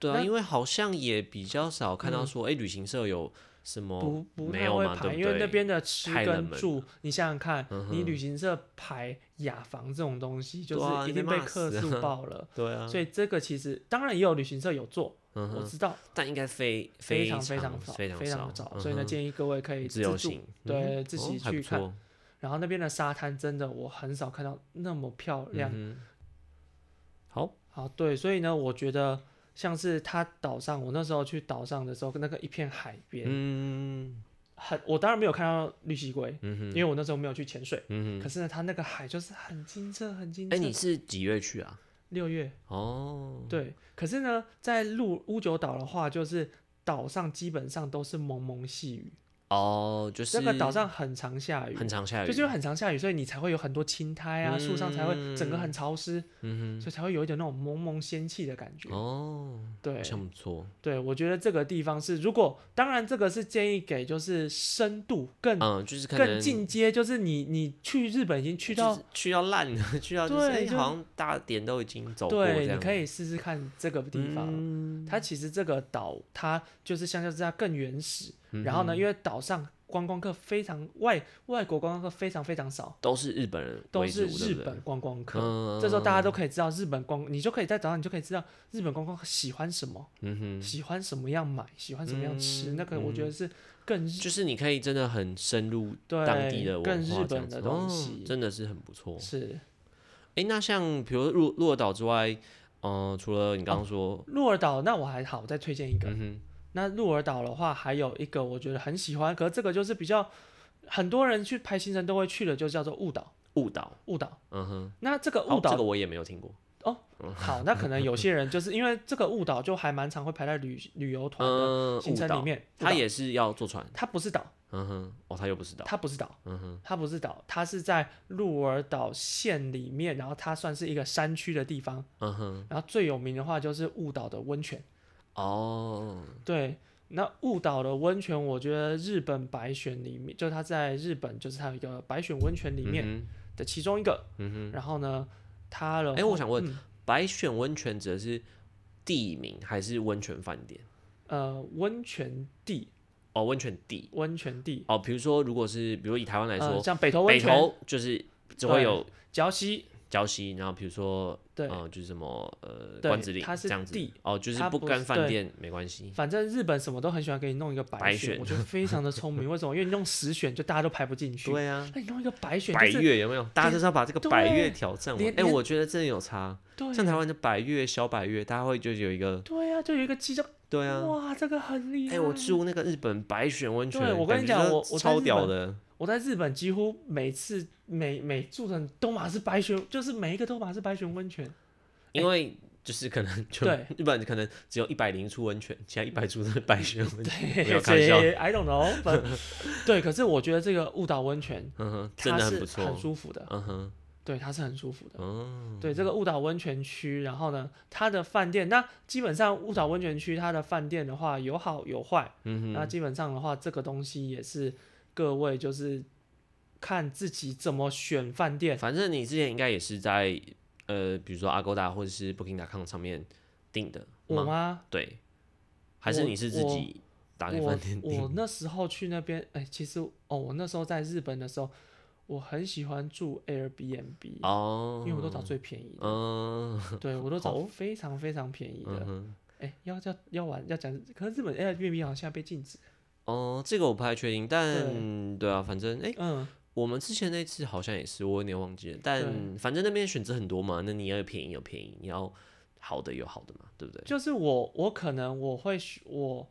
Speaker 1: 对啊，
Speaker 2: 那
Speaker 1: 因为好像也比较少看到
Speaker 2: 嗯
Speaker 1: 说，哎、旅行社有什么
Speaker 2: 不不
Speaker 1: 哦没
Speaker 2: 太
Speaker 1: 有
Speaker 2: 会
Speaker 1: 嘛？
Speaker 2: 排，
Speaker 1: 对不
Speaker 2: 因为那
Speaker 1: 对？
Speaker 2: 边的吃
Speaker 1: 太冷
Speaker 2: 跟
Speaker 1: 门了
Speaker 2: 住，你想想看，
Speaker 1: 嗯
Speaker 2: 你
Speaker 1: 哼
Speaker 2: 旅行社排雅房这种东西，就
Speaker 1: 对啊
Speaker 2: 是一
Speaker 1: 你被
Speaker 2: 定被
Speaker 1: 骂
Speaker 2: 客
Speaker 1: 死
Speaker 2: 诉
Speaker 1: 啊
Speaker 2: 爆了。
Speaker 1: 对啊，
Speaker 2: 所以这个其实当然也有旅行社有做，
Speaker 1: 嗯
Speaker 2: 我
Speaker 1: 哼，
Speaker 2: 知道
Speaker 1: 但应该非
Speaker 2: 非常非
Speaker 1: 非
Speaker 2: 常
Speaker 1: 常
Speaker 2: 少，
Speaker 1: 非
Speaker 2: 非常
Speaker 1: 少，
Speaker 2: 所以呢，
Speaker 1: 嗯哼
Speaker 2: 建议各位可以
Speaker 1: 自
Speaker 2: 自
Speaker 1: 由
Speaker 2: 助
Speaker 1: 行，
Speaker 2: 对
Speaker 1: 嗯
Speaker 2: 自
Speaker 1: 哦
Speaker 2: 己
Speaker 1: 还不
Speaker 2: 去看
Speaker 1: 错
Speaker 2: 然后那边的沙滩真的我很少看到那么漂亮。
Speaker 1: 嗯哼好，
Speaker 2: 好，对，所以呢，我觉得像是它岛上，我那时候去岛上的时候，那个一片海边，
Speaker 1: 嗯
Speaker 2: 很我当然没有看到绿蜥龟，
Speaker 1: 嗯哼
Speaker 2: 因为我那时候没有去潜水。
Speaker 1: 嗯
Speaker 2: 可
Speaker 1: 哼，
Speaker 2: 是呢，它那个海就是很清澈，很清澈。
Speaker 1: 哎、你是几月去啊？
Speaker 2: 六月
Speaker 1: 哦，
Speaker 2: 对，可是呢，在鹿乌九岛的话，就是岛上基本上都是蒙蒙细雨，
Speaker 1: 哦，就是
Speaker 2: 这个岛上很常下雨，
Speaker 1: 很常下雨，
Speaker 2: 就是因为很常下雨，所以你才会有很多青苔啊，树上才会整个很潮湿，
Speaker 1: 嗯
Speaker 2: 所以才会有一点那种蒙蒙仙气的感觉。
Speaker 1: 哼，哦，
Speaker 2: 对
Speaker 1: 好像不错，
Speaker 2: 对，我觉得这个地方是，如果当然这个是建议给就是深度更、
Speaker 1: 嗯，就是可能
Speaker 2: 更进阶，就是你你去日本已经去
Speaker 1: 就
Speaker 2: 到
Speaker 1: 是去到烂了， 去到就是
Speaker 2: 对
Speaker 1: 哎
Speaker 2: 就
Speaker 1: 好像大点都已经走过这
Speaker 2: 对，你
Speaker 1: 样，嗯
Speaker 2: 可以试试看这个地方。它其实这个岛，它就是相较之下更原始。
Speaker 1: 嗯
Speaker 2: 然后呢，因为岛上观光客非常外外国观光客非常非常少，
Speaker 1: 都是日本人
Speaker 2: 都
Speaker 1: 为
Speaker 2: 是
Speaker 1: 主
Speaker 2: 日
Speaker 1: 对不对
Speaker 2: 本观光客。
Speaker 1: 嗯
Speaker 2: 这时候大家都可以知道日本观，你就可以在岛上，你就可以知道日本观光客喜欢什么，
Speaker 1: 嗯哼，
Speaker 2: 喜欢什么样买，喜欢什么样吃。那个我觉得是更日
Speaker 1: 就是你可以真的很深入
Speaker 2: 对
Speaker 1: 当地的
Speaker 2: 更
Speaker 1: 文化
Speaker 2: 日
Speaker 1: 这样
Speaker 2: 本
Speaker 1: 子
Speaker 2: 的哦东
Speaker 1: 哦
Speaker 2: 西，
Speaker 1: 真的是很不错。
Speaker 2: 是
Speaker 1: 哎，那像比如鹿鹿儿岛之外，嗯、除了你
Speaker 2: 哦
Speaker 1: 刚刚说，
Speaker 2: 鹿儿岛。那我还好，我再推荐一个，
Speaker 1: 嗯
Speaker 2: 那鹿儿岛的话，还有一个我觉得很喜欢，可是这个就是比较很多人去排行程都会去的，就叫做雾岛。
Speaker 1: 哼，雾岛，
Speaker 2: 雾岛，
Speaker 1: 嗯哼，
Speaker 2: 那哦这个
Speaker 1: 好
Speaker 2: 雾岛
Speaker 1: 这个我也没有听过，
Speaker 2: 好，那可能有些人就是因为这个雾岛就还蛮常会排在旅旅游团的
Speaker 1: 嗯，
Speaker 2: 行
Speaker 1: 雾
Speaker 2: 程里
Speaker 1: 岛，
Speaker 2: 面。雾
Speaker 1: 它
Speaker 2: 岛
Speaker 1: 也是要坐船，
Speaker 2: 它不是岛，
Speaker 1: 嗯哼，哦，它又不是岛，
Speaker 2: 它不是岛，
Speaker 1: 嗯哼，
Speaker 2: 它不是岛，它是在鹿儿岛县里面，然后它算是一个山区的地方。
Speaker 1: 嗯哼，
Speaker 2: 然后最有名的话就是雾岛的温泉。
Speaker 1: 哦，
Speaker 2: 对，那雾岛的温泉，我觉得日本白选里面，就它在日本，就是它有一个白选温泉里面
Speaker 1: 嗯
Speaker 2: 的其中一个。
Speaker 1: 哼，嗯哼
Speaker 2: 然后呢，它的
Speaker 1: 哎、
Speaker 2: 话
Speaker 1: 我想问，
Speaker 2: 嗯
Speaker 1: 白选温泉指的是地名还是温泉饭店？
Speaker 2: 呃，温泉地，
Speaker 1: 哦，温泉地。
Speaker 2: 温泉地
Speaker 1: 哦，比如说，如果是比如以台湾来
Speaker 2: 呃
Speaker 1: 说，
Speaker 2: 像北投温
Speaker 1: 北
Speaker 2: 泉、
Speaker 1: 投就是只会有
Speaker 2: 礁溪，
Speaker 1: 礁溪，然后比如说
Speaker 2: 对，
Speaker 1: 嗯、就是什么呃
Speaker 2: 对
Speaker 1: 关子岭
Speaker 2: 它是
Speaker 1: 这样子
Speaker 2: 地
Speaker 1: 哦，就是
Speaker 2: 它
Speaker 1: 不
Speaker 2: 不
Speaker 1: 跟
Speaker 2: 是
Speaker 1: 饭
Speaker 2: 对
Speaker 1: 店没关系。
Speaker 2: 反正日本什么都很喜欢给你弄一个
Speaker 1: 白
Speaker 2: 选，
Speaker 1: 选
Speaker 2: 我觉得非常的聪明。为什么？因为你弄十选就大家都排不进去，
Speaker 1: 对啊，
Speaker 2: 那你弄一个白选
Speaker 1: 百
Speaker 2: 就是
Speaker 1: 越有没有？大家就是要把这个百越
Speaker 2: 对啊
Speaker 1: 挑战完。
Speaker 2: 连
Speaker 1: 哎、
Speaker 2: 连
Speaker 1: 我觉得真的有差，
Speaker 2: 对
Speaker 1: 像台湾的百越、小百越，大家会就有一个
Speaker 2: 对啊，就有一个鸡叫，
Speaker 1: 对啊。
Speaker 2: 哇，这个很厉
Speaker 1: 哎、
Speaker 2: 害。
Speaker 1: 我住那个日本白选温泉，
Speaker 2: 对我跟
Speaker 1: 感
Speaker 2: 你
Speaker 1: 觉
Speaker 2: 讲
Speaker 1: 就
Speaker 2: 我我在
Speaker 1: 超
Speaker 2: 日
Speaker 1: 屌
Speaker 2: 本
Speaker 1: 的，
Speaker 2: 我在日本几乎每次每每住的都马是白泉，就是每一个都马是白泉温泉。
Speaker 1: 因为就是可 能就
Speaker 2: 哎对
Speaker 1: 日本可能只有一百零处温泉，其他一百处都是白雪温泉，嗯没有
Speaker 2: 对，
Speaker 1: 开玩笑
Speaker 2: 所以 I don't know，but- 对，可是我觉得这个雾岛温泉
Speaker 1: 嗯哼， 真
Speaker 2: 它
Speaker 1: 的
Speaker 2: 是
Speaker 1: 很不
Speaker 2: 很
Speaker 1: 错，
Speaker 2: 舒服的，
Speaker 1: 嗯哼，
Speaker 2: 对，它是很舒服的。
Speaker 1: 哦，
Speaker 2: 对这个雾岛温泉区，然后呢，它的饭店，那基本上雾岛温泉区它的饭店的话，有好有坏，
Speaker 1: 嗯
Speaker 2: 那
Speaker 1: 哼，
Speaker 2: 基本上的话，这个东西也是各位就是看自己怎么选饭店，
Speaker 1: 反正你之前应该也是在呃，比如说 Agoda 或者是 Booking.com 上面订的
Speaker 2: 我
Speaker 1: 吗？
Speaker 2: 吗？
Speaker 1: 对，还是
Speaker 2: 我
Speaker 1: 你是自
Speaker 2: 我
Speaker 1: 己打开
Speaker 2: 我
Speaker 1: 饭店订？
Speaker 2: 我那时候去那边，哎、其实哦，我那时候在日本的时候，我很喜欢住 Airbnb，、
Speaker 1: 哦，
Speaker 2: 因为我都找最便宜的，
Speaker 1: 嗯，
Speaker 2: 对我都
Speaker 1: 好
Speaker 2: 找非常非常便宜的。
Speaker 1: 嗯
Speaker 2: 哎、
Speaker 1: 哼，
Speaker 2: 要要要玩要讲，可是日本 Airbnb 好像现在被禁止。
Speaker 1: 哦，这个我不太确定，但对啊，反正哎，
Speaker 2: 嗯，
Speaker 1: 我们之前那次好像也是，我有点忘记了，但
Speaker 2: 对
Speaker 1: 反正那边选择很多嘛，那你要便宜有便宜，你要好的有好的嘛，对不对？
Speaker 2: 就是我我可能我会选我。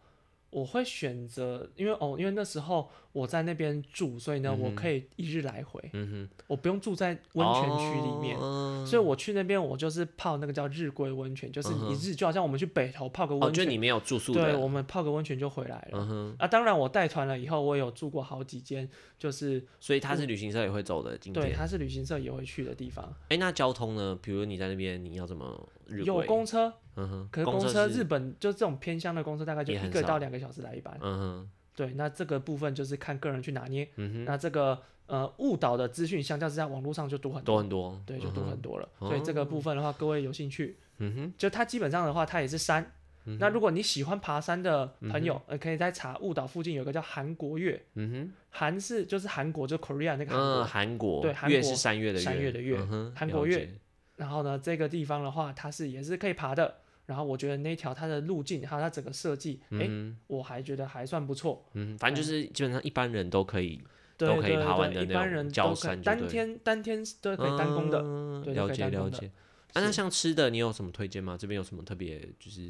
Speaker 2: 我会选择，因为哦，因为那时候我在那边住，所以呢，我可以一日来回，
Speaker 1: 嗯哼，
Speaker 2: 我不用住在温泉区里面，
Speaker 1: 哦
Speaker 2: 所以我去那边我就是泡那个叫日归温泉，就是
Speaker 1: 嗯哼
Speaker 2: 一日就好像我们去北头泡个
Speaker 1: 哦，
Speaker 2: 温
Speaker 1: 就
Speaker 2: 泉，
Speaker 1: 你没有住宿
Speaker 2: 对，
Speaker 1: 的，
Speaker 2: 我们泡个温泉就回来了。
Speaker 1: 嗯哼，
Speaker 2: 啊，当然，我带团了以后，我有住过好几间，就是
Speaker 1: 所以它是旅行社也会走的。今
Speaker 2: 嗯对，
Speaker 1: 天，
Speaker 2: 它是旅行社也会去的地方，
Speaker 1: 哎，那交通呢？比如你在那边，你要怎么日
Speaker 2: 有
Speaker 1: 归？
Speaker 2: 公车，
Speaker 1: 嗯哼，
Speaker 2: 可是
Speaker 1: 公
Speaker 2: 公车
Speaker 1: 是
Speaker 2: 日本就这种偏乡的公车，大概就
Speaker 1: 也很
Speaker 2: 一个
Speaker 1: 少
Speaker 2: 到两个小时来一班。
Speaker 1: 嗯哼，
Speaker 2: 对，那这个部分就是看个人去拿捏。
Speaker 1: 嗯
Speaker 2: 那这个呃误导的资讯，相较之下，网络上就多很
Speaker 1: 多
Speaker 2: 多，
Speaker 1: 很多，
Speaker 2: 对，就
Speaker 1: 嗯
Speaker 2: 多
Speaker 1: 哼哦
Speaker 2: 很多了。所以这个部分的话，各位有兴趣，
Speaker 1: 嗯哼，
Speaker 2: 就它基本上的话，它也是山。
Speaker 1: 嗯
Speaker 2: 那如果你喜欢爬山的朋友，呃，可以在查雾岛附近有一个叫韩国月，
Speaker 1: 嗯
Speaker 2: 韩是就是韩国，就 Korea 那
Speaker 1: 哼，
Speaker 2: 个韩国，
Speaker 1: 嗯，韩国，
Speaker 2: 对韩
Speaker 1: 月
Speaker 2: 国
Speaker 1: 是山月的
Speaker 2: 山月的月
Speaker 1: 嗯哼
Speaker 2: 韩国
Speaker 1: 了
Speaker 2: 月
Speaker 1: 解
Speaker 2: 然后呢，这个地方的话，它是也是可以爬的。然后我觉得那条它的路径还有它整个设计，哎、
Speaker 1: 嗯
Speaker 2: 我还觉得还算不错。
Speaker 1: 哼嗯哼，反正就是基本上一般人都可以，
Speaker 2: 对
Speaker 1: 都可以
Speaker 2: 对
Speaker 1: 爬完的
Speaker 2: 对
Speaker 1: 那
Speaker 2: 一般
Speaker 1: 种
Speaker 2: 人
Speaker 1: 郊
Speaker 2: 都可
Speaker 1: 山
Speaker 2: 以
Speaker 1: 就
Speaker 2: 单
Speaker 1: 对
Speaker 2: 天单天都可以单攻的。
Speaker 1: 嗯
Speaker 2: 对都
Speaker 1: 了
Speaker 2: 可以
Speaker 1: 解
Speaker 2: 单
Speaker 1: 了
Speaker 2: 攻的
Speaker 1: 解。啊，那
Speaker 2: 是
Speaker 1: 像吃的，你有什么推荐吗？这边有什么特别，就是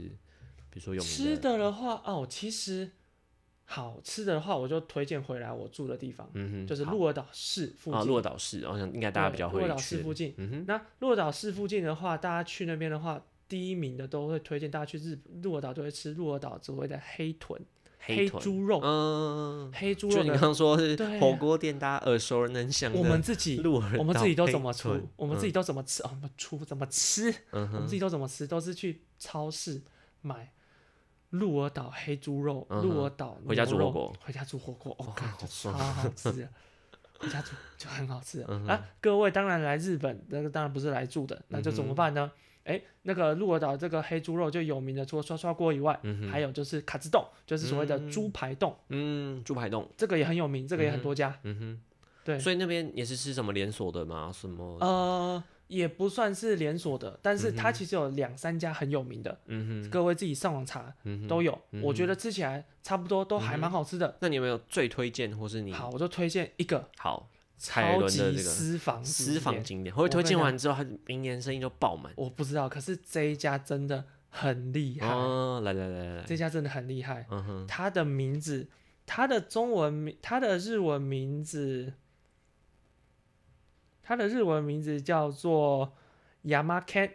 Speaker 1: 比如说有名
Speaker 2: 吃的的话，哦，其实好吃的的话，我就推荐回来我住的地方，
Speaker 1: 嗯哼，
Speaker 2: 就是
Speaker 1: 好
Speaker 2: 鹿儿岛市附
Speaker 1: 啊，
Speaker 2: 近。
Speaker 1: 鹿儿岛市，我想应该大家
Speaker 2: 对
Speaker 1: 比较
Speaker 2: 鹿
Speaker 1: 会
Speaker 2: 儿岛市
Speaker 1: 去
Speaker 2: 附
Speaker 1: 的。
Speaker 2: 近。
Speaker 1: 嗯哼，
Speaker 2: 那鹿儿岛市附近的话，大家去那边的话，第一名的都会推荐大家去日鹿儿岛，都会吃鹿儿岛所谓的黑豚、
Speaker 1: 黑豚，
Speaker 2: 猪肉、
Speaker 1: 嗯，
Speaker 2: 黑猪
Speaker 1: 就
Speaker 2: 肉
Speaker 1: 你
Speaker 2: 的
Speaker 1: 刚。刚说是
Speaker 2: 对
Speaker 1: 火锅店，大家耳熟能详的
Speaker 2: 我们自己，
Speaker 1: 鹿儿岛，
Speaker 2: 我们自己都怎么
Speaker 1: 出？
Speaker 2: 出？我们自己都怎么吃？哦，我们出怎么吃？
Speaker 1: 嗯
Speaker 2: 我们自己都怎么吃？都是去超市买鹿儿岛黑猪肉、
Speaker 1: 嗯哼
Speaker 2: 鹿儿岛
Speaker 1: 回家煮
Speaker 2: 牛肉
Speaker 1: 火锅，
Speaker 2: 回家煮火锅，哦，
Speaker 1: 看
Speaker 2: 干
Speaker 1: 好
Speaker 2: 就
Speaker 1: 爽
Speaker 2: 超好吃的。回家煮就很好吃的
Speaker 1: 嗯哼
Speaker 2: 啊！各位当然来日本，那个当然不是来住的，那就怎
Speaker 1: 嗯
Speaker 2: 么办呢？哎，那个鹿儿岛这个黑猪肉就有名的，除了刷刷锅以外，
Speaker 1: 嗯哼，
Speaker 2: 还有就是卡兹洞，就是所谓的猪排洞，
Speaker 1: 嗯，猪排冻，
Speaker 2: 这个也很有名，这个也很多家。
Speaker 1: 嗯
Speaker 2: 对
Speaker 1: 哼，，所以那边也是吃什么连锁的吗？什么？
Speaker 2: 呃，也不算是连锁的，但是它其实有两三家很有名的，
Speaker 1: 嗯哼，
Speaker 2: 各位自己上网查
Speaker 1: 嗯哼。
Speaker 2: 都有。我觉得吃起来差不多，都还蛮好吃的。
Speaker 1: 那你有没有最推荐，或是你
Speaker 2: 好，我就推荐一个
Speaker 1: 好蔡依
Speaker 2: 超
Speaker 1: 伦的
Speaker 2: 级
Speaker 1: 这个
Speaker 2: 私房
Speaker 1: 私
Speaker 2: 景
Speaker 1: 房
Speaker 2: 点
Speaker 1: 景点，会不会
Speaker 2: 我
Speaker 1: 推
Speaker 2: 跟
Speaker 1: 荐
Speaker 2: 你
Speaker 1: 完之后，他明年生意就爆满？
Speaker 2: 我不知道，可是这一家真的很厉害，
Speaker 1: 哦，来来来来来，
Speaker 2: 这家真的很厉害。
Speaker 1: 嗯哼，
Speaker 2: 它的名字，它的中文名，它的日文名字，它的日文名字叫做 Yamaken。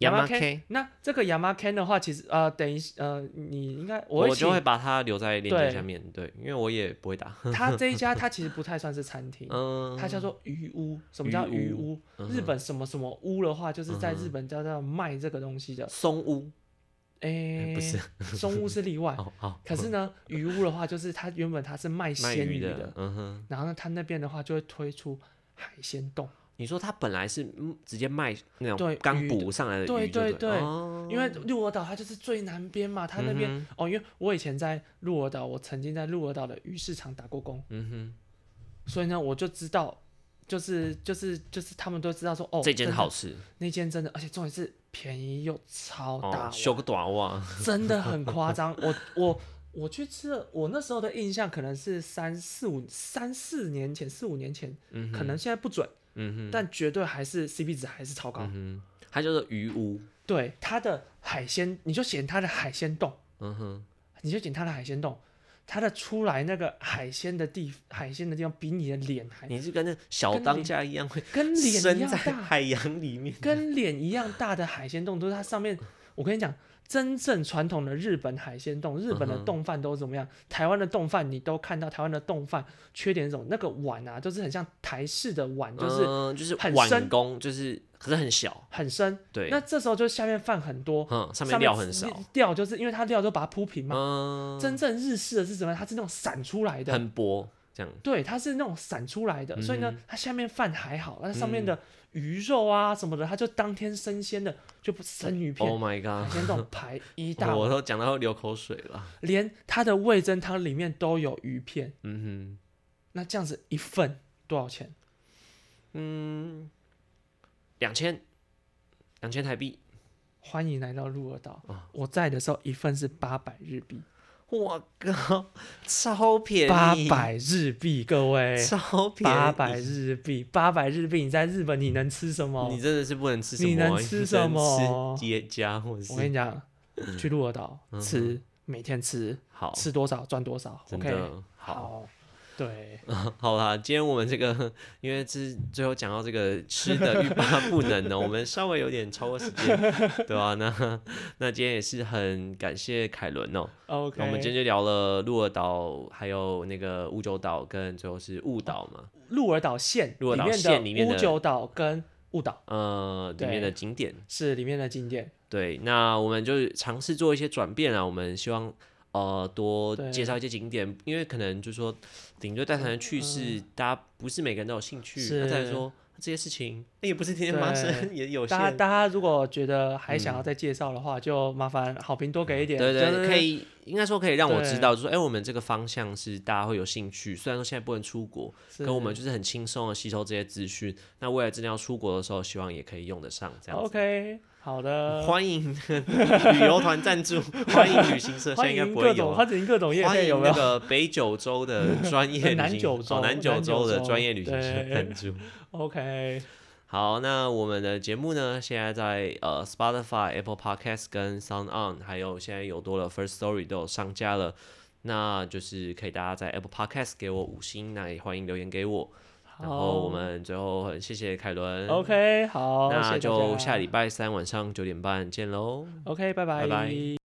Speaker 1: 亚
Speaker 2: Yamaken
Speaker 1: 麻 K，
Speaker 2: 那这个 Yamaken 的话，其实呃，等一呃，你应该我
Speaker 1: 我
Speaker 2: 会
Speaker 1: 就
Speaker 2: 请
Speaker 1: 会把它留在链接
Speaker 2: 对
Speaker 1: 下面，对，因为我也不会打。
Speaker 2: 它这一家，它其实不太算是餐厅，
Speaker 1: 嗯，
Speaker 2: 它叫做鱼屋。什么叫
Speaker 1: 鱼
Speaker 2: 鱼
Speaker 1: 屋嗯
Speaker 2: 屋？日本什么什么屋的话，就是在日本叫做卖这个东西的。
Speaker 1: 松屋，
Speaker 2: 哎，
Speaker 1: 不是，
Speaker 2: 松屋是例外。
Speaker 1: 好好，
Speaker 2: 可是呢，鱼屋的话，就是它原本它是卖
Speaker 1: 卖
Speaker 2: 鲜
Speaker 1: 鱼
Speaker 2: 的，，
Speaker 1: 嗯哼，
Speaker 2: 然后呢，它那边的话就会推出海鲜冻，
Speaker 1: 你说它本来是嗯直接卖那种
Speaker 2: 对
Speaker 1: 刚
Speaker 2: 鱼
Speaker 1: 捕上来的
Speaker 2: 对
Speaker 1: 鱼就对
Speaker 2: 对对
Speaker 1: 哦
Speaker 2: 因为鹿儿岛它就是最南边嘛，它那边、
Speaker 1: 嗯
Speaker 2: 哦，因为我以前在鹿儿岛，我曾经在鹿儿岛的鱼市场打过工，
Speaker 1: 嗯哼，
Speaker 2: 所以呢，我就知道就是就是就是他们都知道说哦，
Speaker 1: 这件
Speaker 2: 真的
Speaker 1: 好事
Speaker 2: 那间真的，而且重点是便宜又超大碗，
Speaker 1: 哦，修个短袜，
Speaker 2: 真的很夸张。我我我去吃了，我那时候的印象可能是三四五三四年前，四五年前，
Speaker 1: 嗯
Speaker 2: 可能现在不准，
Speaker 1: 嗯
Speaker 2: 但绝对还是 CP 值还是超高。
Speaker 1: 哼，嗯哼，它叫做鱼屋，
Speaker 2: 对它的海鲜，你就选它的海鲜冻，
Speaker 1: 嗯哼，
Speaker 2: 你就选它的海鲜冻，它的出来那个海鲜的地海鲜的地方比你的脸还
Speaker 1: 你是跟那小
Speaker 2: 哎跟
Speaker 1: 当
Speaker 2: 脸
Speaker 1: 家一样会
Speaker 2: 跟脸一
Speaker 1: 身
Speaker 2: 样
Speaker 1: 在
Speaker 2: 大，
Speaker 1: 海洋里面，
Speaker 2: 跟脸一样大的海鲜冻，都是它上面。我跟你讲，真正传统的日本海鲜冻，日本的
Speaker 1: 嗯哼
Speaker 2: 冻饭都是怎么样？台湾的冻饭你都看到，台湾的冻饭缺点是什么？那个碗啊，都是很像台式的碗， 就是
Speaker 1: 嗯就是
Speaker 2: 很
Speaker 1: 碗
Speaker 2: 深
Speaker 1: 工，就是可是很小，
Speaker 2: 很深。
Speaker 1: 对，
Speaker 2: 那这时候就下面饭很多，
Speaker 1: 嗯，上面
Speaker 2: 面
Speaker 1: 料很少，
Speaker 2: 料就是因为它料都把它铺平嘛。
Speaker 1: 嗯，
Speaker 2: 真正日式的是什么？它是那种散出来的，
Speaker 1: 很薄这样，
Speaker 2: 对，它是那种散出来的，所以呢
Speaker 1: 嗯，
Speaker 2: 它下面饭还好，那上面的鱼肉啊什么的，它就当天生鲜的，就不生鱼片、
Speaker 1: ，Oh my
Speaker 2: 海
Speaker 1: god，
Speaker 2: 鲜冻排一大
Speaker 1: 我
Speaker 2: 碗，
Speaker 1: 都讲到流口水了，
Speaker 2: 连它的味噌汤里面都有鱼片。
Speaker 1: 嗯
Speaker 2: 那这样子一份多少钱？
Speaker 1: 哼，嗯，两千，两千台币，
Speaker 2: 欢迎来到鹿儿岛，
Speaker 1: 啊
Speaker 2: 我在的时候一份是八百日币，
Speaker 1: 我靠，超便
Speaker 2: 八
Speaker 1: 宜，
Speaker 2: 百日币，各位。
Speaker 1: 超便宜，
Speaker 2: 八百日币，八百日币，你在日本你能吃什么？
Speaker 1: 你真的是不能吃什么，
Speaker 2: 你能
Speaker 1: 只
Speaker 2: 吃什么
Speaker 1: 吃叠加或者
Speaker 2: 我跟
Speaker 1: 是
Speaker 2: 你讲，去鹿儿岛吃，每天吃，
Speaker 1: 嗯好，
Speaker 2: 吃多少赚多少。
Speaker 1: 真
Speaker 2: OK，
Speaker 1: 的好，
Speaker 2: 好， 对，
Speaker 1: 好啦。今天我们这个， 因为是最后讲到这个吃的欲罢不能 呢，我们稍微有点超过时间，对吧、那那今天也是很感谢凯伦哦。
Speaker 2: OK，
Speaker 1: 那我们今天就聊了鹿儿岛，还有那个泸州岛，跟最后是雾岛嘛，
Speaker 2: 鹿儿岛县
Speaker 1: 鹿儿岛县里
Speaker 2: 里
Speaker 1: 面
Speaker 2: 面
Speaker 1: 的
Speaker 2: 的乌九岛跟雾岛
Speaker 1: 呃，里面的
Speaker 2: 对
Speaker 1: 景点。
Speaker 2: 是里面的景点。
Speaker 1: 对，那我们就尝试做一些转变啊，我们希望呃多
Speaker 2: 对
Speaker 1: 介绍一些景点，因为可能就是说顶多带团的趣事，大家不是每个人都有兴趣，
Speaker 2: 嗯是
Speaker 1: 那再来说这些事情那也不是天天发生，也有
Speaker 2: 大家
Speaker 1: 限。
Speaker 2: 大家如果觉得还想要再介绍的话，就麻烦好评多给一点，
Speaker 1: 嗯对
Speaker 2: 就是
Speaker 1: 对，可以，应该说可以让我知
Speaker 2: 对
Speaker 1: 道，就是说，哎、我们这个方向是大家会有兴趣。虽然说现在不能出国，
Speaker 2: 是
Speaker 1: 可我们就是很轻松的吸收这些资讯。那未来真的要出国的时候，希望也可以用得上这样子。
Speaker 2: OK，好的，
Speaker 1: 欢迎 旅游团赞助，欢迎旅 行社，现在
Speaker 2: 欢
Speaker 1: 应该
Speaker 2: 迎
Speaker 1: 不会
Speaker 2: 各
Speaker 1: 有
Speaker 2: 种
Speaker 1: 啊。
Speaker 2: 欢迎各种业
Speaker 1: 欢
Speaker 2: 配，有
Speaker 1: 迎
Speaker 2: 没
Speaker 1: 那
Speaker 2: 有？
Speaker 1: 个北九州 的专业旅行
Speaker 2: 南九州
Speaker 1: 哦南九
Speaker 2: 南九
Speaker 1: 州的
Speaker 2: 州
Speaker 1: 专业旅行社
Speaker 2: 对
Speaker 1: 赞助。
Speaker 2: OK，
Speaker 1: 好，那我们的节目呢，现在在呃 Spotify、Apple Podcast 跟 Sound On，还有现在有多了 First Story 都有上架了。那就是可以大家在 Apple Podcast 给我五星，那也欢迎留言给我。然后我们最后很谢谢凯伦。
Speaker 2: 好 OK 好，
Speaker 1: 那
Speaker 2: 谢谢大
Speaker 1: 就
Speaker 2: 家
Speaker 1: 下礼拜三晚上九点半见喽。
Speaker 2: OK，拜
Speaker 1: 拜拜